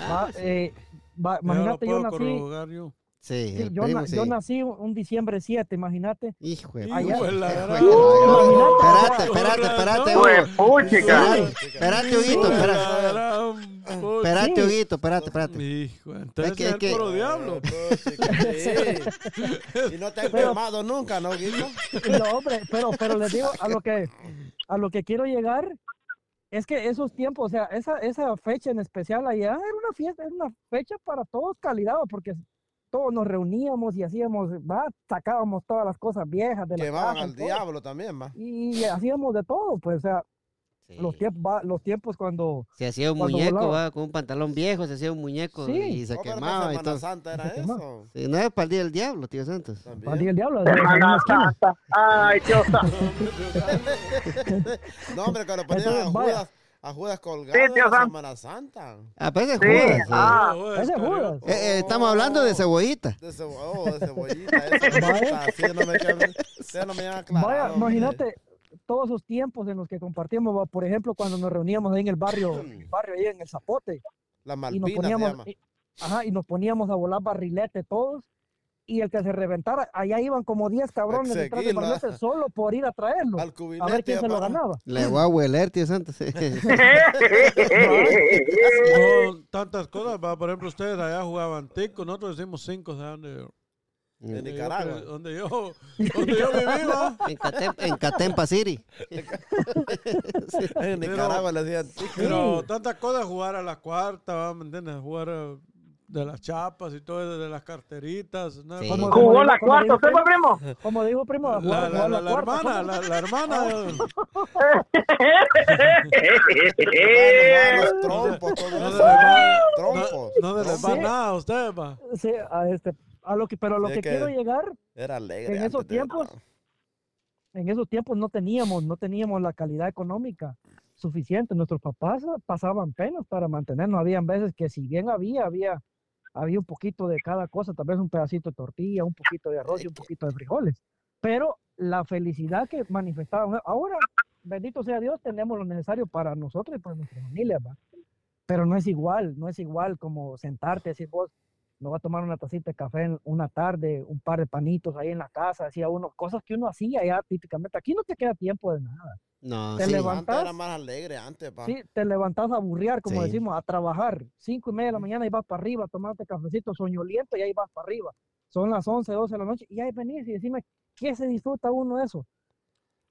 Ah,
Va,
sí.
eh, va-
Ya lo
imagínate, yo
puedo
nací,
corroborar yo.
Sí,
sí,
el
yo, na-
primo,
yo
eh, sí.
nací un, un diciembre 7, imagínate.
Hijo de
Allá-
Hijo de la gran-
Espérate, pues, espérate,
Con
espérate, espérate,
razón.
Hugo.
Pues, puchica.
Espérate, espérate,
Hijo
Huguito,
de
espérate.
la gran puta.
Espérate, Huguito, espérate, espérate.
Hijo, entonces
Es que-
es
es que- eh,
el puro diablo. (laughs)
Sí. Ah, pues, Y no te han
Pero-
quemado nunca, ¿no, Guito?
(laughs) No, hombre, pero, pero les digo, a lo que, a lo que quiero llegar es que esos tiempos, o sea, esa, esa fecha en especial allá era una fiesta, era una fecha para todos calidad, porque todos nos reuníamos y hacíamos, va, sacábamos todas las cosas viejas de la
Quemaban
casa y
al
todo,
diablo también, va.
Y hacíamos de todo, pues, o sea, los
Sí.
tiempos, va, los tiempos cuando,
Se hacía un
cuando
muñeco,
volaba.
va, con un pantalón viejo, se hacía un muñeco
Sí.
y se
Oh, pero que
quemaba y
Semana
todo.
Santa era
Se quemaba.
eso.
Sí, no es para el día del diablo, tío Santos.
cuando llega
También.
el diablo, en una
Semana
esquina.
Santa. Ay, Dios
(laughs)
santo.
No, hombre, que lo ponían
Entonces,
a
vaya.
Judas, a Judas colgado
Sí,
en
tío
la
Sam.
Semana Santa.
A veces
Sí,
pues Judas, sí.
ah.
Oh,
Ese
Escariote.
Judas.
Eh, eh, estamos hablando
Oh.
de cebollita.
De cebo- oh, de cebollita, esa
Vaya.
cebollita, así no me quedan- ustedes no me han aclarado,
Vaya,
hombre.
imagínate todos esos tiempos en los que compartimos, va,
(clears throat)
por ejemplo, cuando nos reuníamos ahí en el barrio, en el barrio ahí en el Zapote.
La
y nos
Malvina se
poníamos
llama.
y, Ajá, y nos poníamos a volar barrilete todos. Y el que se reventara, allá iban como 10 cabrones detrás del
Seguirlo, ah.
barrilete solo por ir a traerlo.
Al
A ver
cubilete.
quién se lo
papá.
ganaba.
Le voy a hueler, tío Santos. (laughs)
Son tantas cosas, va, por ejemplo, ustedes allá jugaban tico, nosotros decimos cinco, ¿sabes? Donde yo-
En
donde yo-
Nicaragua.
Donde yo, donde yo vivía.
En, Catem- en Catempa
(laughs)
City. (laughs)
En Nicaragua le decían tique.
Pero tantas cosas, jugar a la cuarta, ¿va? ¿me entiendes? Jugar a- de las chapas y todo, de las carteritas. ¿no?
Sí.
Como-
Jugó
Como
la
dijo-
cuarta,
como
¿usted
dijo
fue primo?
primo- Como dijo primo, a jugar-
La, la,
jugar
la, la
cuarta,
hermana,
¿cómo?
la, la
Ah,
hermana.
Van los trompos,
No se
todo eso.
le va,
Trompos.
no, no se les va
Sí.
nada a ustedes, va.
Sí, a este, a lo que, pero a lo
Sí,
que
que-
quiero llegar,
Era alegre.
En esos
antes de-
tiempos, en esos tiempos no teníamos, no teníamos la calidad económica suficiente. Nuestros papás ah, pasaban penas para mantenernos. Habían veces que si bien había, había, había un poquito de cada cosa, tal vez un pedacito de tortilla, un poquito de arroz y un poquito de frijoles. Pero la felicidad que manifestaban, ahora, bendito sea Dios, tenemos lo necesario para nosotros y para nuestra familia, ¿va? Pero no es igual, no es igual como sentarte y decir vos, me voy a tomar una tacita de café en una tarde, un par de panitos ahí en la casa, hacía uno, cosas que uno hacía ya típicamente. Aquí no te queda tiempo de nada.
No,
Te
sí.
levanta-
Antes era
levantas.
más alegre, antes, pa.
Sí, te levantas a burrear, como
Sí.
decimos, a trabajar. Cinco y media de la mañana y vas para arriba, tomarte cafecito soñoliento y ahí vas para arriba. Son las 11, 12 de la noche y ahí venís y decime, ¿qué se disfruta uno de eso?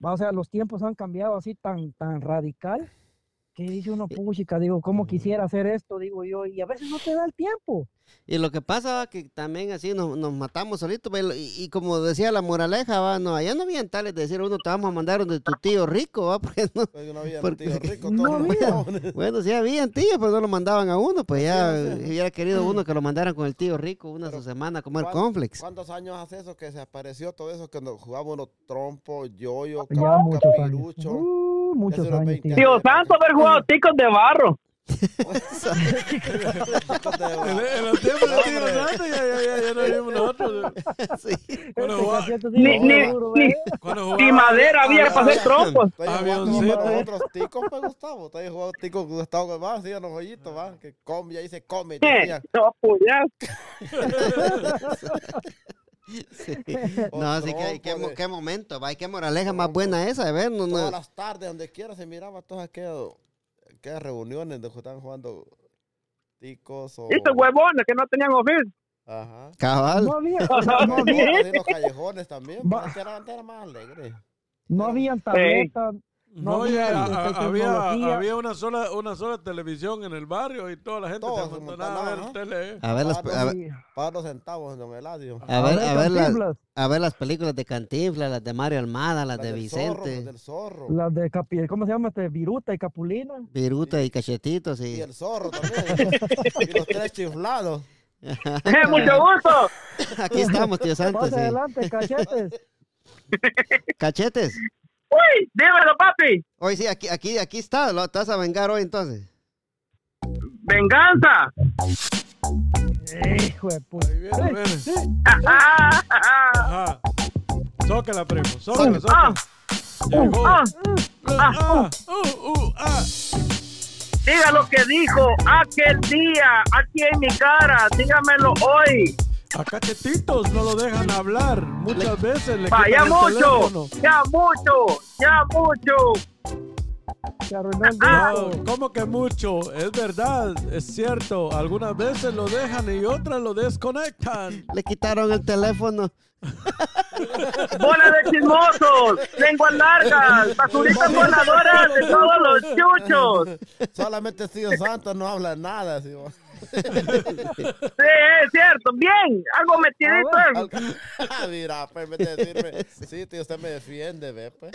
Va, o sea, los tiempos han cambiado así tan, tan radical que dice uno, puchica, digo, ¿cómo quisiera hacer esto? Digo yo, y a veces no te da el tiempo.
Y lo que pasa va que también así nos, nos matamos solitos. ve, Y, y como decía la moraleja, va, no, allá no habían tales de decir uno te vamos a mandar donde tu tío rico, va, (laughs) porque no.
Soy una vida
Porque-
tío rico,
No
todo
había.
Bueno, sí habían tíos, pero no lo mandaban a uno, pues ya
eh.
hubiera querido uno que lo mandaran con el tío rico una su semana a comer
¿cuán-
complex.
¿Cuántos años hace eso que se apareció todo eso? Que nos jugábamos los trompos, yoyo,
Ya
cap-
muchos años.
capirucho. (laughs)
Uh, muchos
unos
años,
20
tío.
Dios (laughs) santo, haber jugado ticos de barro.
Chicos de-
En, en los tiempos de tío Santos, ya, ya, ya, ya no vimos nosotros.
(laughs)
(laughs)
Sí.
Bueno,
Este
va.
cachete,
Ni-
digo,
ni-
seguro, eh.
ni-
¿verdad?
Cuando
Ni
jugaba-
madera había para hacer trompos.
¿Tú has jugado con
Avioncito.
los otros ticos, pues, Gustavo? ¿Tú has jugado ticos con Gustavo? Va, sí, a los hoyitos, va. Que come, ya dice come. y te decían,
No, pues ya.
Sí. No, sí, que, qué, mo-
Trompo de-
qué momento, va, y qué moraleja más buena esa, a ver, no,
Todas
no.
las tardes, donde quiera, se miraba todas aquellas, aquellas reuniones donde estaban jugando ticos o...
Este
Estos huevones que no tenían oficio.
Ajá.
Cabal. (laughs)
No había,
No,
(laughs) no había,
así los callejones también, pues,
Va.
porque era, antes era más alegre.
(laughs)
no habían tabletas.
No,
No
ya,
había
a-
esta
había,
tecnología.
había una sola una sola televisión en el barrio y toda la gente
Todos
se
se
amontonaba a ver
amontonaban,
tele. ¿eh?
A ver, las,
Claro,
a ver,
y-
Pagar los centavos, don Eladio.
Ah,
a ver, a ver las,
Cantinflas,
a ver las películas de Cantinflas, las de Mario Almada, las
Las
de
del zorro, las
Vicente,
del zorro.
las de Capi- ¿cómo se llama este? Viruta y Capulina.
Viruta y Cachetitos
Y
y...
el zorro también. y los tres chiflados.
Eh, Mucho gusto.
Aquí estamos, tío Santos.
Más
sí. (laughs)
adelante, cachetes.
Cachetes.
Uy, dímelo, papi.
Hoy sí, aquí, aquí, aquí está. Lo te vas a vengar hoy entonces.
Venganza. (laughs)
Hijo de puta.
Ahí viene, viene. Ajá. Zócala, primo. Zócala,
Ah,
zócala. Llegó.
ah,
Ah, uh, uh, ah.
diga lo que dijo aquel día, aquí en mi cara. Dígamelo hoy.
A cachetitos no lo dejan hablar. Muchas veces le
Vaya
quitan el
mucho.
teléfono.
Ya mucho. Ya mucho.
Se arruinó el
No,
disco.
¿cómo que mucho? Es verdad, es cierto. Algunas veces lo dejan y otras lo desconectan.
Le quitaron el teléfono.
Bola de chismosos, lenguas largas, basuritas voladoras de todos los chuchos.
Solamente Tío Santos no (laughs) habla nada. así, bo.
Sí, es cierto. Bien, algo metidito.
Al- Ah, Mira, pues en vez de decirme, sí, tío, usted me defiende, ve, pues.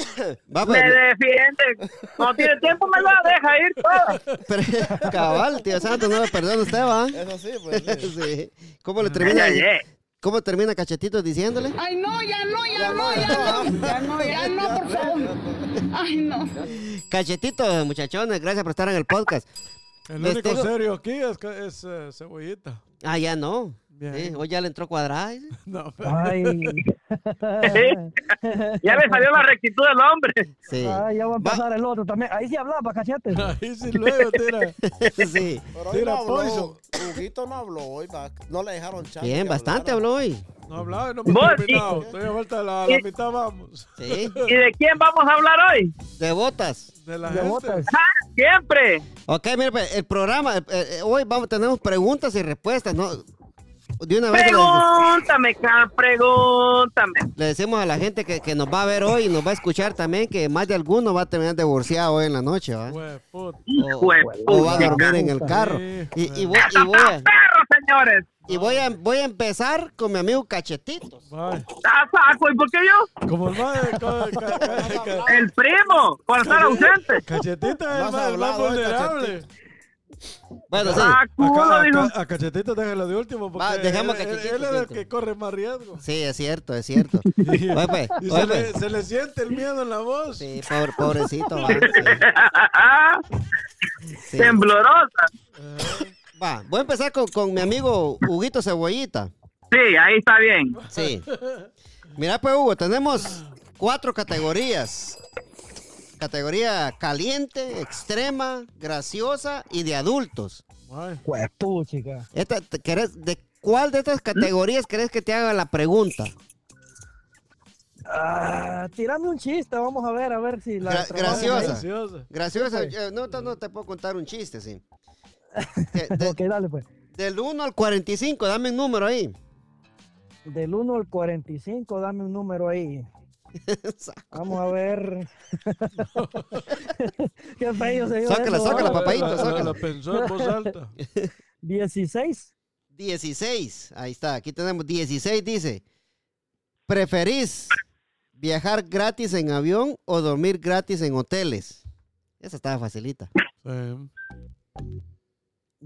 Va,
Me
pues,
defiende. No tiene tiempo, me la deja ir toda.
pero- cabal, tío Santos, no me perdona usted,
(laughs)
¿va?
Eso sí, pues. sí.
Sí. ¿Cómo le
Ay,
termina?
ay, ay.
¿Cómo termina Cachetitos diciéndole?
Ay, no, ya no, ya no, ya no. Ya no, ya no, por favor. Ay, no.
Cachetitos, muchachones, gracias por estar en el podcast.
El
Les
único
tengo-
serio aquí es, es eh, cebollita. (laughs)
Ah, ya no.
Bien.
Sí, hoy ya le entró cuadrada. dice.
No, pero-
Ay.
Ah.
Ya le salió la rectitud del hombre.
Sí.
(laughs) Ay, Ah, ya va
Va-
a empezar el otro también. Ahí sí hablaba, cachete.
(laughs) Ahí sí luego tira.
(laughs) sí.
Pero hoy
Tira
no habló.
poison.
Huguito no habló hoy, va. No le dejaron chance.
Bien,
que
bastante
hablara.
habló hoy.
No hablaba y no me
Vos,
he terminado. Estoy a vuelta a la, a la mitad, vamos.
Sí.
¿Y de quién vamos a hablar hoy?
De botas.
De la
De
gente.
botas.
¡Ah, siempre!
Ok, mira, pues, el programa, eh, eh, hoy vamos, tenemos preguntas y respuestas, ¿no? De una vez le,
Pregúntame, Carl, pregúntame.
le decimos a la gente que, que nos va a ver hoy y nos va a escuchar también que más de alguno va a terminar divorciado hoy en la noche, ¿va?
Hue Pues, puta.
Oh,
O,
Hue-
o va a
puta.
dormir en el carro.
Sí,
Y,
joder.
y voy, y voy a,
¡Perro, señores!
y voy a- voy a empezar con mi amigo Cachetitos.
Vaya.
¡Ah, saco! ¿Y por qué yo?
Como el madre. ca- ca- ca- ca-
El primo, por estar ausente.
Cachetita es
Más
el más, el más
hablado, eh,
vulnerable.
Bueno, sí.
¡Ah, culo!
A,
Digo, (laughs)
ca- a Cachetita déjalo de último porque
Va, dejemos que
él, él-
Cachetita
él es el
entre.
que corre más riesgo.
Sí, es cierto,
(laughs)
es cierto.
Y,
Oye, pues,
y
oye,
se, le,
pues.
se le siente el miedo en la voz.
Sí, pobre-
(laughs)
pobrecito, va. sí, sí.
Ah, temblorosa.
Va, voy a empezar con, con mi amigo Huguito Cebollita.
Sí, ahí está bien.
Sí. Mira, pues, Hugo, tenemos cuatro categorías. Categoría caliente, extrema, graciosa y de adultos.
Vaya.
Pues tú, chica.
Esta, te- querés- ¿De cuál de estas categorías crees que te haga la pregunta?
Ah, tirame un chiste, vamos a ver, a ver si la.
Gra-
trabamos ahí.
graciosa.
Graciosa.
Graciosa,
Sí.
eh, no, no, no te puedo contar un chiste, sí. De- de-
Ok, dale, pues.
del 1 al 45, dame un número ahí. (laughs)
Del 1 al 45, dame un número ahí. Vamos a ver. Qué feo se dio
Sácala,
eso,
sácala,
¿no?
papá. papaíto,
la, la-
sácala.
la pensó en voz
(laughs)
alta.
16.
16, ahí está, aquí tenemos 16, dice, ¿preferís viajar gratis en avión o dormir gratis en hoteles? Esa estaba facilita.
Sí.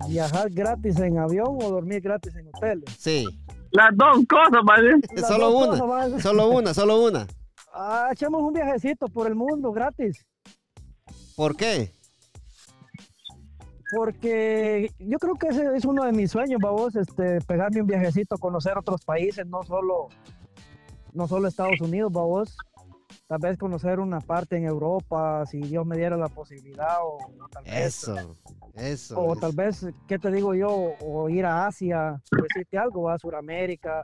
Viajar gratis en avión o dormir gratis en hoteles.
Sí,
Las dos cosas, ¿vale?
Las
(laughs) solo
dos
una,
cosas, ¿vale?
solo una, solo una.
Ah, echamos un viajecito por el mundo gratis.
¿Por qué?
Porque yo creo que ese es uno de mis sueños, babos, este, pegarme un viajecito, conocer otros países, no solo, no solo Estados Unidos, babos. Tal vez conocer una parte en Europa, si Dios me diera la posibilidad, o, o tal vez,
Eso, eso.
o tal vez, ¿qué te digo yo? O ir a Asia, por decirte algo, a Sudamérica,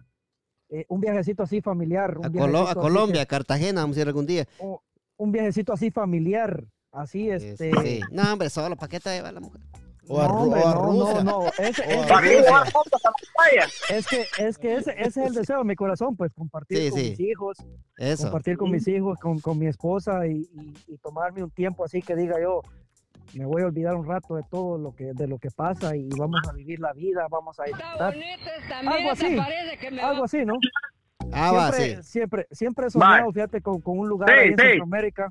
eh, un viajecito así familiar. Un
A, Colo-
viajecito
a
así
Colombia, a Cartagena, vamos a ir algún día.
que- o- un viajecito así familiar, así, este...
Sí. No, hombre, solo, ¿para qué te lleva la mujer?
O a,
no,
Ru-
hombre,
o a
no, no,
Rusia.
no, ese-
O a
ese-
Rusia.
¿Para qué llevar juntos a ah, la playa?
Es que, es que ese, ese es
(laughs)
el deseo de mi corazón, pues compartir
Sí,
con
sí.
mis hijos,
Eso.
compartir con mis hijos, con, con mi esposa y, y- y tomarme un tiempo así que diga yo, me voy a olvidar un rato de todo lo que, de lo que pasa y vamos a vivir la vida, vamos a
Está
disfrutar.
bonito esta
Algo
mierda,
así.
parece que me va
Algo así, ¿no?
Ah, va, sí.
siempre, siempre, siempre he soñado, fíjate, con, con un lugar
Sí,
ahí en
sí.
Centroamérica,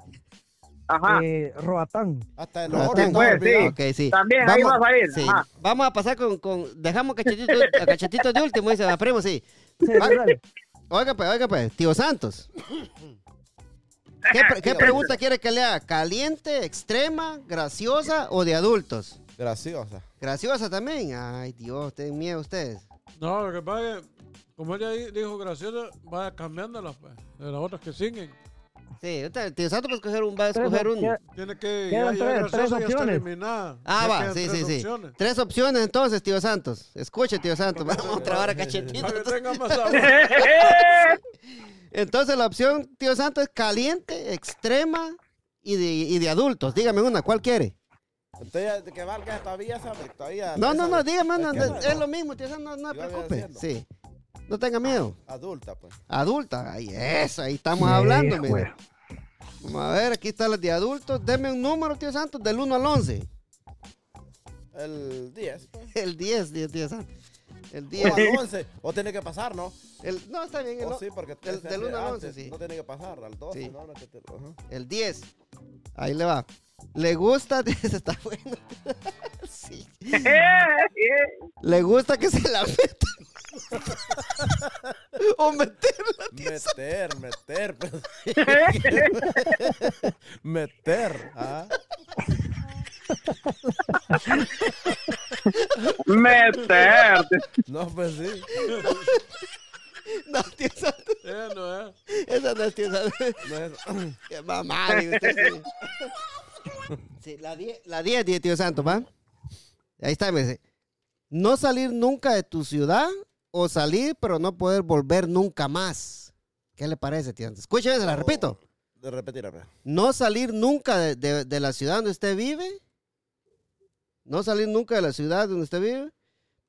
Ajá.
eh, Roatán.
Hasta el
Ah,
oro.
ten-
estaba
pues,
olvidado.
Ok, sí.
También, ahí vas a ir, Ah.
sí.
ajá.
Vamos a pasar con, con- dejamos cachetito, a cachetito de último, dice, va, primo, sí.
Sí,
Ah.
dale.
Oiga, pues, oiga, pues, tío Santos. ¿Qué, pre- qué pregunta quiere que le haga? ¿Caliente, extrema, graciosa o de adultos?
Graciosa.
Graciosa también. Ay, Dios, tienen miedo ustedes.
No, lo que pasa es que, como ella ahí dijo graciosa, vaya cambiándolas, pues. De las otras que siguen.
Sí, ahorita el tío Santos va a escoger un. Va a
Tres
escoger un...
opciones.
Tiene que.
Quedan tres- tres
graciosa ya está
opciones.
eliminada.
Ah,
Ya
va,
quedan
sí,
tres
sí, sí.
opciones.
Tres opciones entonces, tío Santos. Escuche, tío Santos. Vamos a trabar a cachetito. (laughs)
Para que tenga más sabor.
Entonces, la opción, tío Santos, es caliente, extrema y de, y de adultos. Dígame una, ¿cuál quiere?
Entonces, ya- que valga esta vía, ¿sabes? Todavía
No, no, no,
esa
dígame, no,
¿Qué
no,
no?
es lo mismo, tío, no, no
Yo voy
preocupe.
haciendo.
Sí. No tenga miedo.
Adulta, pues.
Adulta, ahí eso, ahí estamos hablando, mira. Vamos a ver, aquí está las de adultos. Deme un número, tío Santos, del 1 al 11.
El 10,
(laughs)
pues.
El 10, tío, tío Santos. El 10.
O al 11. O tiene que pasar, ¿no?
El, no, está bien, el,
O
o-
Oh, sí, porque
del-
se
del
hace
uno al
antes,
once, sí.
No tiene que pasar. Al 12,
Sí.
no, no. Que
(laughs)
te, ajá.
el 10. Ahí le va. ¿Le gusta? (laughs) Ese está bueno. sí.
Eh,
¿Le gusta que se la metan? (laughs) o meterla.
Meter, meter, pues. meter. ah.
Meterte.
No, pues sí.
No, tío Santo.
Eh, no, eh.
Esa no es tío Santo.
No es...
(coughs) Qué Mamá, digo, usted sí.
(laughs)
Sí, la 10, la 10, tío, tío Santo, ¿va? Ahí está, me dice. No salir nunca de tu ciudad o salir pero no poder volver nunca más. ¿Qué le parece, tío Santo? Escúcheme, se la repito.
De repetir, a ver.
No salir nunca de, de- de la ciudad donde usted vive. No salir nunca de la ciudad donde usted vive.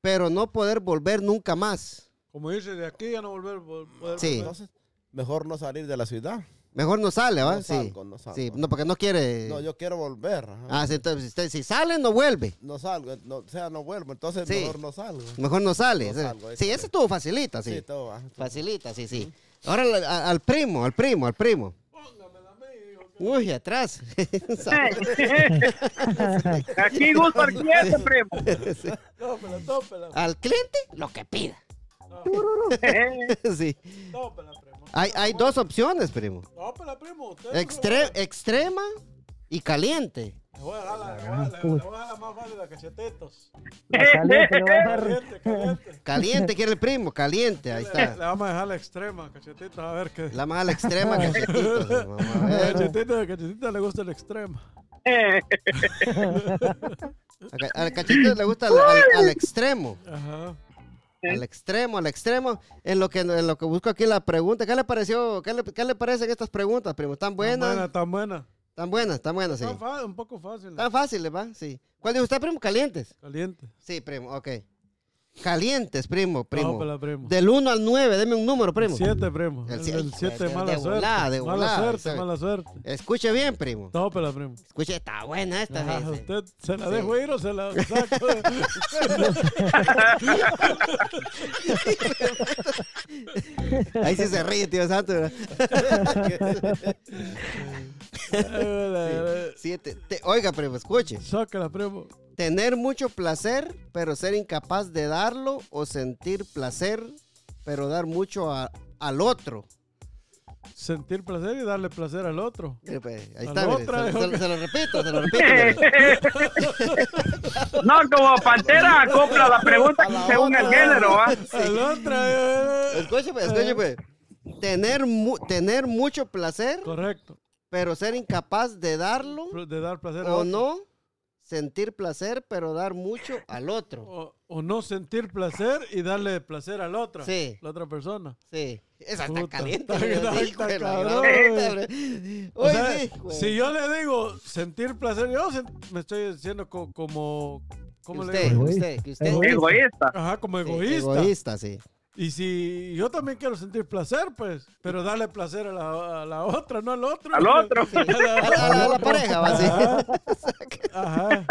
Pero no poder volver nunca más.
Como dice, de aquí ya no volver. vol- poder
Sí.
volver.
Entonces, mejor no salir de la ciudad.
Mejor no sale, ¿va?
No
sí.
salgo, no salgo.
Sí, no, porque no quiere.
No, yo quiero volver. ajá.
Ah, sí, entonces, si, usted- si sale, no vuelve.
No salgo, no, o sea, no vuelvo, entonces
Sí.
mejor no salgo.
Mejor no sale.
No
O sea,
salgo, ahí
sí,
está.
ese estuvo facilita, sí.
Sí,
(laughs)
todo va.
Facilita, sí, sí. Ahora al, a- al primo, al primo, al primo. Uy,
(laughs)
atrás.
Aquí gusto al cliente, primo.
Tópela, tópela.
(laughs) al cliente, lo que pida. (laughs) sí.
Tópela, primo.
Hay, hay dos opciones, primo.
Tópela, primo. Usted
Eh.
no se
Extre- extrema y caliente.
va- Le voy a dejar la- le voy a- le- le voy a dejar la más fácil de cachetitos.
La caliente le va a dar-
Caliente, caliente.
Caliente quiere el primo, caliente, ahí
Le, le
está.
vamos a dejar Eh, la extrema, cachetitos, a ver qué.
La más a la extrema
(laughs)
que cachetito, sí, vamos a ver.
Cachetita, cachetita le gusta el extremo.
A ca- Al cachetito le gusta al, al- al extremo.
Ajá.
Al extremo, al extremo. En lo que, en lo que busco aquí la pregunta. ¿Qué le pareció? ¿Qué le, qué le parecen estas preguntas, primo? ¿Tan buenas?
Tan buena.
Tan buenas, tan buenas, sí.
Tan fa- un poco fácil.
Tan fáciles, ¿va? Sí. ¿Cuál dijo usted, primo? Calientes.
Caliente.
Sí, primo, ok. Calientes, primo, primo.
Tópela, primo.
Del 1 al 9, deme un número, primo.
Siete, primo. El
siete.
7,
De-
mala
de
suerte.
volada, de
Mala
volada,
suerte,
¿sabe?
mala suerte.
Escuche bien, primo.
Tópela, primo.
Escuche, está buena esta.
Ajá,
sí, sí.
¿Usted se la
Sí.
dejo ir o se
(laughs)
la saco? (laughs)
Ahí sí se ríe, tío Santo. ¿verdad? Siete. Te- oiga, primo, escuche.
Sácala, primo.
Tener mucho placer, pero ser incapaz de darlo o sentir placer, pero dar mucho a- al otro.
Sentir placer y darle placer al otro.
Mire, pues, Ahí
Al
está, mire,
otra,
se,
dijo
se-
que-
se lo repito, se lo repito. mire.
(laughs)
No, como pantera, acopla la pregunta según el género, ¿ah?
(laughs)
¿va?
Al otro. eh, eh.
Escúcheme, escúcheme. Tener, mu- tener mucho placer,
Correcto.
pero ser incapaz de darlo
De dar placer a
o
otro.
no. Sentir placer, pero dar mucho al otro.
O, o no sentir placer y darle placer a la otra.
Sí.
La otra persona.
Sí. Esa está
Puta,
caliente.
está
güey,
bien,
sí,
está
güey, la
cabrón.
verdad,
O
güey.
sea,
Oye, sí, güey.
si yo le digo sentir placer, yo sen- me estoy diciendo co- como.
Que
¿Cómo le
usted, que
digo?
usted, que usted.
Egoísta.
Egoísta.
Ajá, como
Sí,
egoísta.
egoísta, sí.
Y si yo también quiero sentir placer, pues, pero darle placer a la, a la otra, no al otro.
Al otro.
Sí. A (laughs) la, a la- a la pareja, va sí.
Ajá. (laughs) Ajá.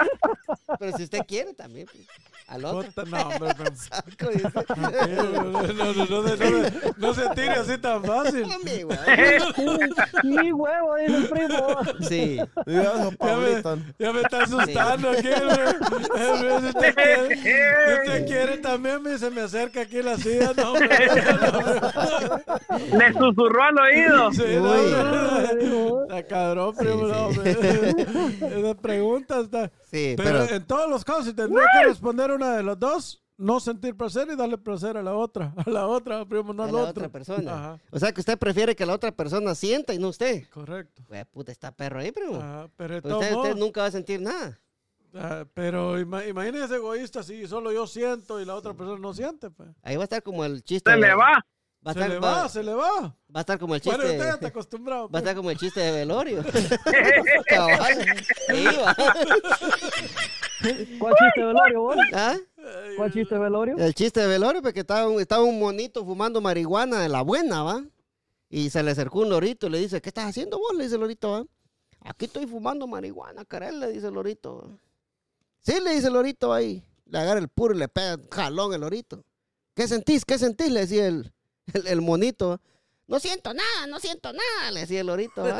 Pero si usted quiere también. pues, Al
(laughs)
otro.
Puta, no, hombre, me-
Saco, dice. (laughs)
no, no, no, no, no, no se tire así tan fácil.
Hombre, güey.
Mi huevo, dice el primo.
Sí.
Y yo, eso,
Ya me,
Pablito,
ya me está asustando aquí, güey. Eh, Si usted quiere, si usted este quiere también, me, se me acerca aquí la silla. No, hombre,
Le susurró al oído.
Sí,
Uy.
no, hombre. Está cabrón, primo,
sí.
no,
(laughs)
hombre. Esa pregunta está...
Sí,
Pero,
pero.
en todos los casos, si tendría que responder una de las dos, no sentir placer y darle placer a la otra, a la otra, primo, no
a
al
la
otro.
otra persona.
Ajá,
O sea, que usted prefiere que la otra persona sienta y no usted.
correcto.
Güey, puta, está perro ahí, primo.
Ajá, pero Ah, de
Pues
todos
usted, usted
modos,
nunca va a sentir nada.
ah, pero ima- imagínese egoísta si solo yo siento y la otra persona no siente, pues.
Ahí va a estar como el chiste.
Se le va.
Va a
se
estar,
le
va-
va, se le va.
va a estar como el chiste.
Bueno, usted ya está acostumbrado.
Va a
pues.
estar como el chiste de
(laughs)
velorio. Cabal. Sí, va.
¿Cuál chiste de velorio, vos?
¿Ah?
Ay,
¿Cuál chiste de velorio?
El chiste de velorio, porque estaba un, estaba un monito fumando marihuana de la buena, ¿va? Y se le acercó un lorito y le dice, ¿qué estás haciendo vos? Le dice el lorito, ¿va? Aquí estoy fumando marihuana, caray, le dice el lorito. ¿va? Sí, le dice el lorito ahí. Le agarra el puro y le pega un jalón el lorito. ¿Qué sentís? ¿Qué sentís? Le decía el, el, el monito. ¿va? No siento nada, no siento nada, le decía el lorito. ¿va?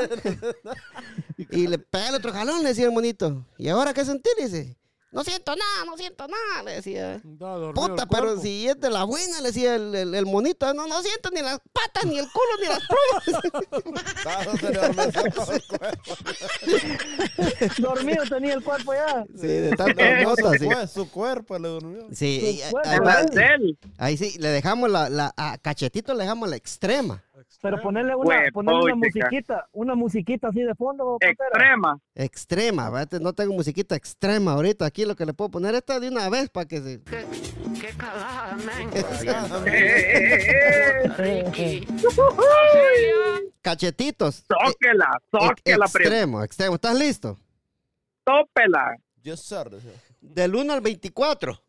y le pega el otro jalón, le decía el monito. ¿Y ahora qué sentís? Le dice. No siento nada, no siento nada, le decía.
Andaba dormido el
Puta, pero
cuerpo.
si es de la buena, le decía el, el, el monito, no, no siento ni las patas, ni el culo, ni las plumas.
Estaba- se le adormeció
(laughs)
todo el cuerpo.
Dormido tenía el cuerpo ya.
sí, de (laughs) tantas notas,
Su
sí.
cue- Su cuerpo le durmió.
Sí, y-
Su cuerpo,
ahí,
¿verdad?
va- ahí sí, le dejamos la, la- a cachetito le dejamos la extrema,
Pero ponerle una,
Huevo,
ponerle una
chica.
musiquita, una musiquita así de fondo, papera.
Extrema.
extrema, ¿verdad? Este, no tengo musiquita extrema ahorita, aquí lo que le puedo poner esta de una vez para que se... Qué, (laughs) cagada,
Eh, eh, eh, eh.
Sí, sí.
Cachetitos. Eh,
Tóquela, tóquela,
ex- extremo, extremo, ¿estás listo?
tópela.
Yes, sir. decía.
Del 1 al 24.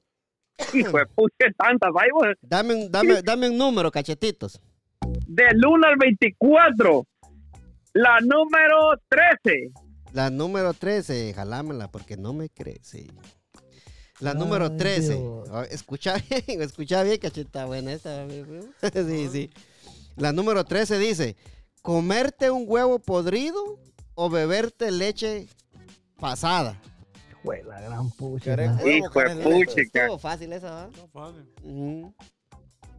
Hijo de pucha, tantas. Ahí vos,
Dame un, dame, dame un número, cachetitos.
del 1 al 24. La número 13.
La número 13, jalámela porque no me crece. La
Ay,
número 13.
Dios.
Ah, Escucha bien, (laughs) escucha bien, cacheta buena esta. amigo. (laughs) Sí, sí. La número 13 dice, comerte un huevo podrido o beberte leche pasada.
Jue, la gran pucha.
¿Querés
madre.
huevo,
Hijo de
querés leche?
pucha.
Estuvo fácil esa, ¿va?
No, fácil.
Ujú.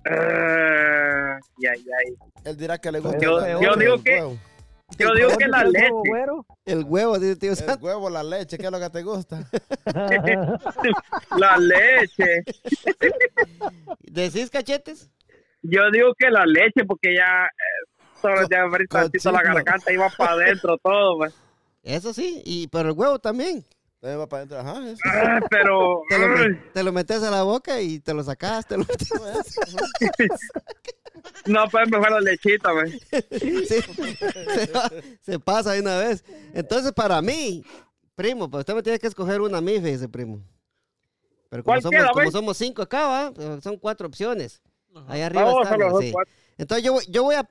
Eh, ay, ay, ay.
Él dirá que le gusta.
Yo-
la
yo
leche,
digo
el
que-
huevo.
Yo digo que la
¿Otro
leche.
huevo
(laughs)
güero?
El huevo, dice tío
El
Santo.
huevo, la leche, ¿qué es lo que te gusta?
(laughs) La leche.
¿Decís cachetes?
Yo digo que la leche, porque ya. eh, Solo de abrir tantito la
cochino.
garganta iba para adentro todo, pues.
Eso sí, y, pero el huevo también.
También va para adentro. Ajá, eso.
Ah, Pero.
Te lo, (laughs) me- te lo metes a la boca y te lo sacas. Te lo (laughs) metes-
No, pues mejor la lechita,
(laughs)
pues.
Sí, se, va- se pasa de una vez. Entonces, para mí, primo, pues usted me tiene que escoger una a mí, fíjese, primo. Pero como,
¿Cuál
somos,
queda,
como
güey?
somos cinco acá, ¿va? Pues, son cuatro opciones.
Ajá.
Ahí arriba
Vamos a
están,
los dos
sí.
cuatro.
Entonces, yo, voy- yo voy a...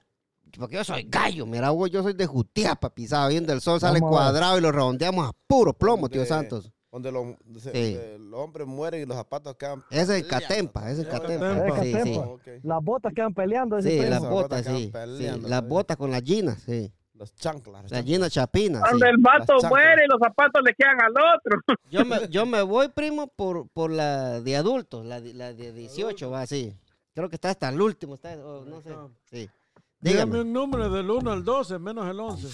Porque yo soy gallo, mira, Hugo, yo soy de Jutiapa, pisado, viendo el sol, sale
Vamos a ver.
cuadrado y lo redondeamos a puro plomo, tío
Hombre.
Santos.
Donde los, se-
Sí.
donde los hombres mueren y los zapatos quedan.
Ese es el Catempa, ese es el Catempa.
Catempa.
Sí, sí.
Catempa.
Ok.
Las botas quedan peleando.
Sí,
dice,
las
Esas
botas,
botas que
sí.
van
sí, Las
peleando todavía.
botas con las ginas, sí.
Los chanclas.
Las
chanclas.
ginas chapinas, sí.
Cuando el vato
chanclas.
muere, los zapatos le quedan al otro. (laughs)
Yo me, yo me voy, primo, por, por la de adultos, la, de- la de 18, va así. Creo que está hasta el último, está, o no sé. Sí.
Dígame
Dígame,
un número del 1 al 12, menos el 11.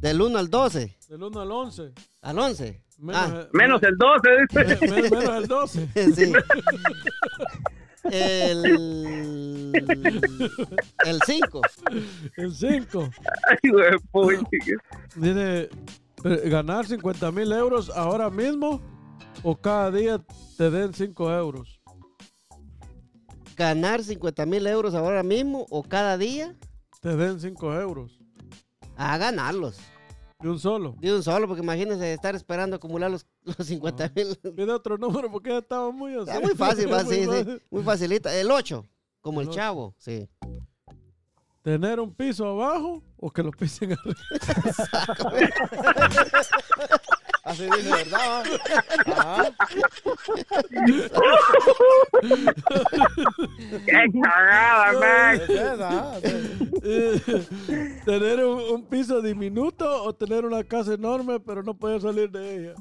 del 1 al 12,
Del 1 al 11.
al 11.
Menos,
Ah,
el,
Menos el 12, dice.
(laughs)
me- me- menos el 12.
sí. El, el 5.
El 5.
Ay, güey, pucha.
Dice, eh, ganar 50 mil euros ahora mismo o cada día te den 5 euros.
Ganar 50 mil euros ahora mismo o cada día
Te den 5 euros.
a ganarlos.
De un solo.
De un solo, porque imagínense estar esperando acumular los, los
Ah.
50
(laughs)
mil.
Pide otro número porque ya estaba muy así.
Está muy
(laughs)
fácil, va,
Muy
sí, sí.
fácil.
Muy facilita. El 8, como el
El ocho.
chavo, sí.
¿Tener un piso abajo o que lo pisen (laughs) arriba?
Así dice, ¿verdad?
(laughs)
va? Ajá.
Qué
(laughs)
cagada, man.
Es verdad, sí.
Eh, (laughs) ¿Tener un, un piso diminuto o tener una casa enorme pero no poder salir de ella?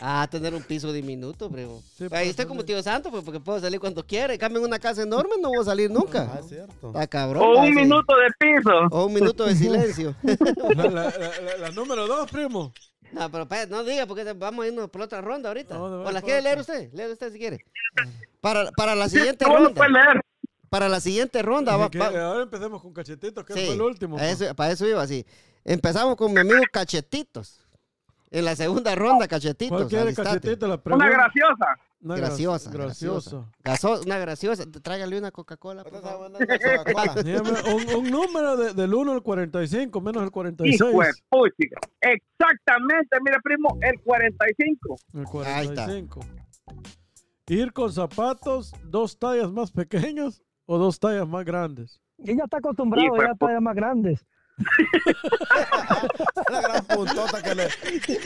Ah, tener un piso diminuto, primo.
Sí,
Ahí
pues,
está como
dale.
tío santo, pues, porque puedo salir cuando quiera. En cambio, en una casa enorme no voy a salir
Ah,
nunca.
es cierto.
Está cabrón.
O
va,
un
sí.
minuto de piso.
O un minuto
(laughs)
de silencio.
La, la- la- la- la número 2, primo.
no, pero espérate, no diga, porque vamos a irnos por otra ronda ahorita.
Vamos a ver
¿O la
por
quiere
otra.
leer usted? Léelo usted si quiere. Para, para la siguiente
¿Cómo lo puedes
ronda.
leer?
Para la siguiente ronda. va-
Así que,
va-
eh, ahora empecemos con cachetitos, que
Sí,
fue el último.
a eso- para eso iba así. Empezamos con mi amigo Cachetitos. En la segunda ronda, Cachetitos.
¿Cuál quiere
alistate.
cachetito? La pregunta.
Una graciosa.
Una gra-
Graciosa, graciosa.
Graciosa.
Gaso- una graciosa. Tráigale una Coca-Cola. por
Ahorita
favor.
estamos en
(laughs)
la Coca-Cola.
Dígame un, un número de- del 1 al 45, menos el 46.
Hijo de pucha. Exactamente, mira, primo, el 45.
El
Ahí está.
45. Ir con zapatos dos tallas más pequeños o dos tallas más grandes.
(laughs)
Ella está acostumbrado
Hijo de
ya a
pu-
tallas más grandes.
La gran puntota que le.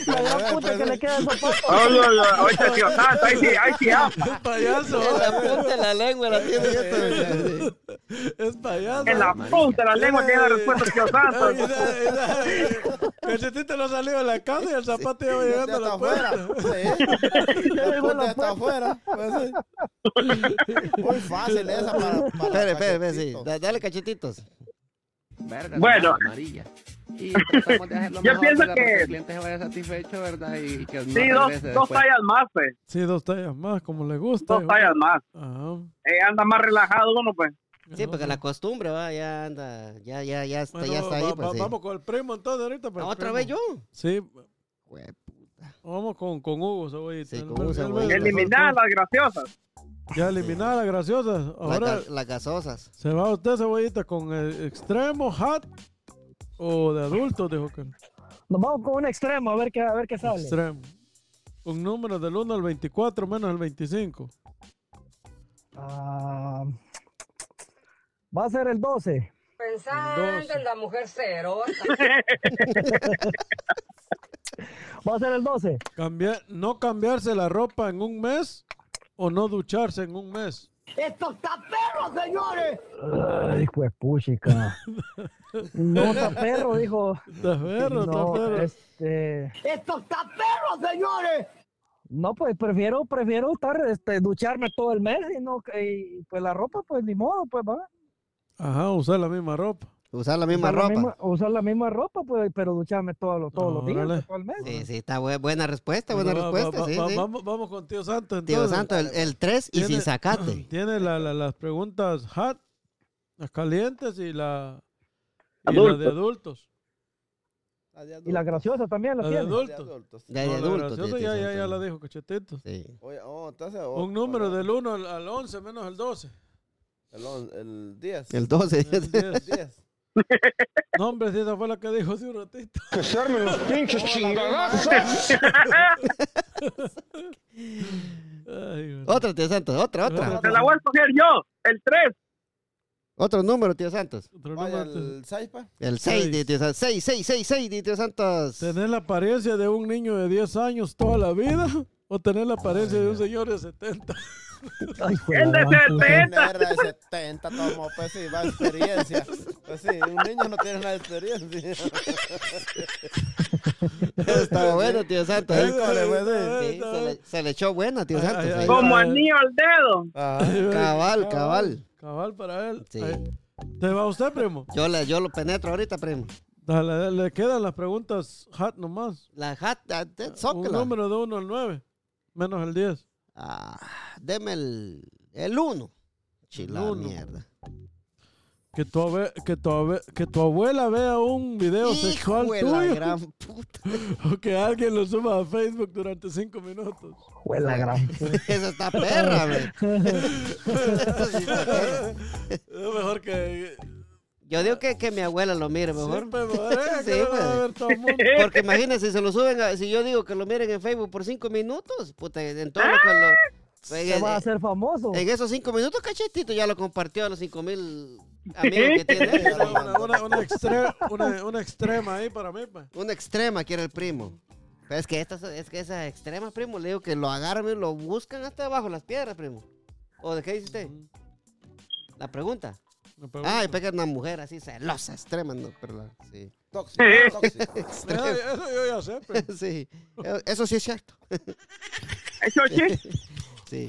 La gran puta
pues,
que le queda el zapato.
Ay, ay, ay, ahorita sí, ah, ahí sí, ahí sí, ah.
Es payaso.
En la punta de la lengua la tiene (laughs) esto.
Es payaso.
En la punta, la lengua tiene la respuesta que
Ay, mira, mira, eh, Cachetito no salió de la casa y el zapato iba
Ya
llegando a
está
la puerta.
afuera. Sí. La punta (laughs) ya está afuera. Pues, sí. Muy fácil esa para.
Espere,
para
espere, espere, sí.
cachetito.
Da- Dale cachetitos.
Verga,
Bueno.
¿verdad? amarilla. Y tratamos de hacer
Yo
lo mejor,
pienso
¿verdad? para
que-
el cliente se vaya satisfecho, ¿verdad? Y que no
Sí, dos,
regrese
dos
después.
tallas más, pues.
Sí, dos tallas más, como le gusta. Ah,
Dos tallas más.
Ajá.
Eh, anda más relajado uno, pues.
Sí, porque la costumbre, va, ya anda, ya, ya, ya está,
Bueno,
ya está ahí,
va-
pues
va-
sí. Ah,
Vamos con el primo entonces ahorita. pues,
¿Otra
primo.
vez yo?
Sí,
Güey, puta.
vamos con, con Hugo Cebollita.
Sí, con
El-
Hugo
el-
Cebollita.
el-
Eliminar las graciosas.
Ya eliminada la graciosa.
Las
Ahora
ga- las gasosas.
se va usted, Cebollita, con el extremo, hat o de adultos, dijo que.
Nos vamos con un extremo a ver qué, a ver qué sale.
Extremo. Un número del 1 al 24 menos el 25.
Ah, va a ser el 12.
Doce.
Pensando en la mujer cero.
Va a ser el 12.
Cambiar, no cambiarse la ropa en un mes o no ducharse en un mes.
Ay, pues
(laughs)
puchica. No está perro, dijo.
Está perro, está
no,
perro.
Este... ¡Esto está perro, señores! No, pues prefiero, prefiero estar, este, ducharme todo el mes y no, y, pues la ropa, pues ni modo, pues va.
Ajá, usar la misma ropa.
Usar la misma
usar la
ropa.
misma- usar la misma ropa, pues, pero ducharme todos los, todos los días,
Órale.
pues, todo el mes.
Sí, sí, está bu- buena respuesta, buena
Va- va-
respuesta,
va-
sí,
va-
sí.
Vamos, vamos con Tío Santo.
Tío
entonces.
Santo, el, el 3 y
(laughs)
sin sacate.
(clears throat) Tiene la- la- las preguntas hot, las calientes y la, y la
Adultos.
de adultos.
La de
Y la graciosa también la
La de
tiene.
adultos. La
adultos.
Ya
Ah, de adultos.
de
No, la
adultos.
graciosa
tío
ya, ya,
Santo.
ya la dijo, cachetitos.
Sí.
Oye, oh, entonces. oh,
Un número
hola.
del 1 al, al 11 menos el
(laughs)
12.
El on- El 10.
El 12.
El
(laughs)
10.
10.
No, hombre, si esa fue la que dijo hace un
(laughs)
ratito. Ay, güey.
Otra, tío Santos, otra, otra.
Otra.
Te la voy a escoger yo, el 3.
Otro número, tío Santos.
Otro
Oye,
número.
el pues. 6, pa.
El 6
Seis.
de tío Santos. 6, 6, 6, 6 de tío Santos.
¿Tener la apariencia de un niño de 10 años toda la vida o tener la apariencia de un señor de 70? (laughs)
Ay, pues,
El
la
de
gran puta.
70.
Una era de 70, tomó, pues sí, va experiencia. Pues sí, un niño no tiene nada de experiencia.
(laughs)
Está bueno, tío Santos. pues,
Ay,
Sí,
híjole, güey, sí.
se, le, se le echó buena, tío
Ay,
Santos.
ay,
ahí.
ay.
Como anillo al dedo.
Ajá.
Cabal, cabal.
Cabal para él.
Sí.
Ahí. ¿Te va usted, primo?
Yo, le, yo lo penetro ahorita, primo.
Dale, dale, le quedan las preguntas hot nomás.
La jata, de-
Un
zócala.
número de 1 al 9, menos el 10.
Ah, deme el, el 1. Chila
uno.
mierda.
Que tu, abue- que, tu abue- que tu abuela vea un video sexual
Hijo de la
tuyo
gran puta.
(laughs)
(laughs)
o que alguien lo suba a Facebook durante 5 minutos.
Pues, la gran
Esa está perra, güey. Esa (laughs) sí está perra.
(laughs) Es mejor que...
Yo digo que, que mi abuela lo (laughs) mire mejor.
Sí, pues, madre, que
Sí,
lo va a
pues.
ver todo el
(laughs)
mundo.
Porque imagínense, si se lo suben, a- si yo digo que lo miren en Facebook por cinco minutos, puta, en todo lo que lo-
Se
En,
va a hacer famoso.
en esos cinco minutos, cachetito ya lo compartió a los cinco mil amigos que tiene.
(laughs)
¿eh?
Una, una- una- una extre- una- una extrema ahí para mí, pues.
Una extrema que era el primo. Pero es que esta es que esa extrema, primo, le digo que lo agarran y lo buscan hasta abajo las piedras, primo. ¿O de qué dice usted? La pregunta.
Mm, Me pregunto.
Ah, y pega una mujer así celosa, extrema, no, pero la- sí.
Tóxico,
(laughs)
tóxico.
Eso, Eh, eso yo ya sé, pues.
sí. Eso sí es cierto.
Eso sí.
Sí.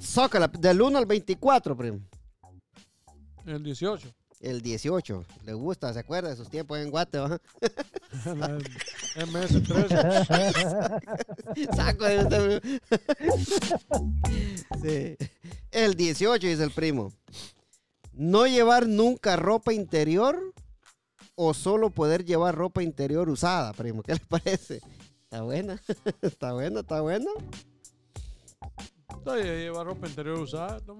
Zócala, del 1 al 24, primo.
El 18.
El 18. Le gusta, se acuerda de sus tiempos en Guate, ¿va?
La MS13.
Saco de usted, primo. (laughs) Sí. El 18, dice el primo. No llevar nunca ropa interior o solo poder llevar ropa interior usada, primo. ¿Qué le parece? Está buena, (laughs) está buena, está buena.
Todavía lleva ropa interior usada, ¿no?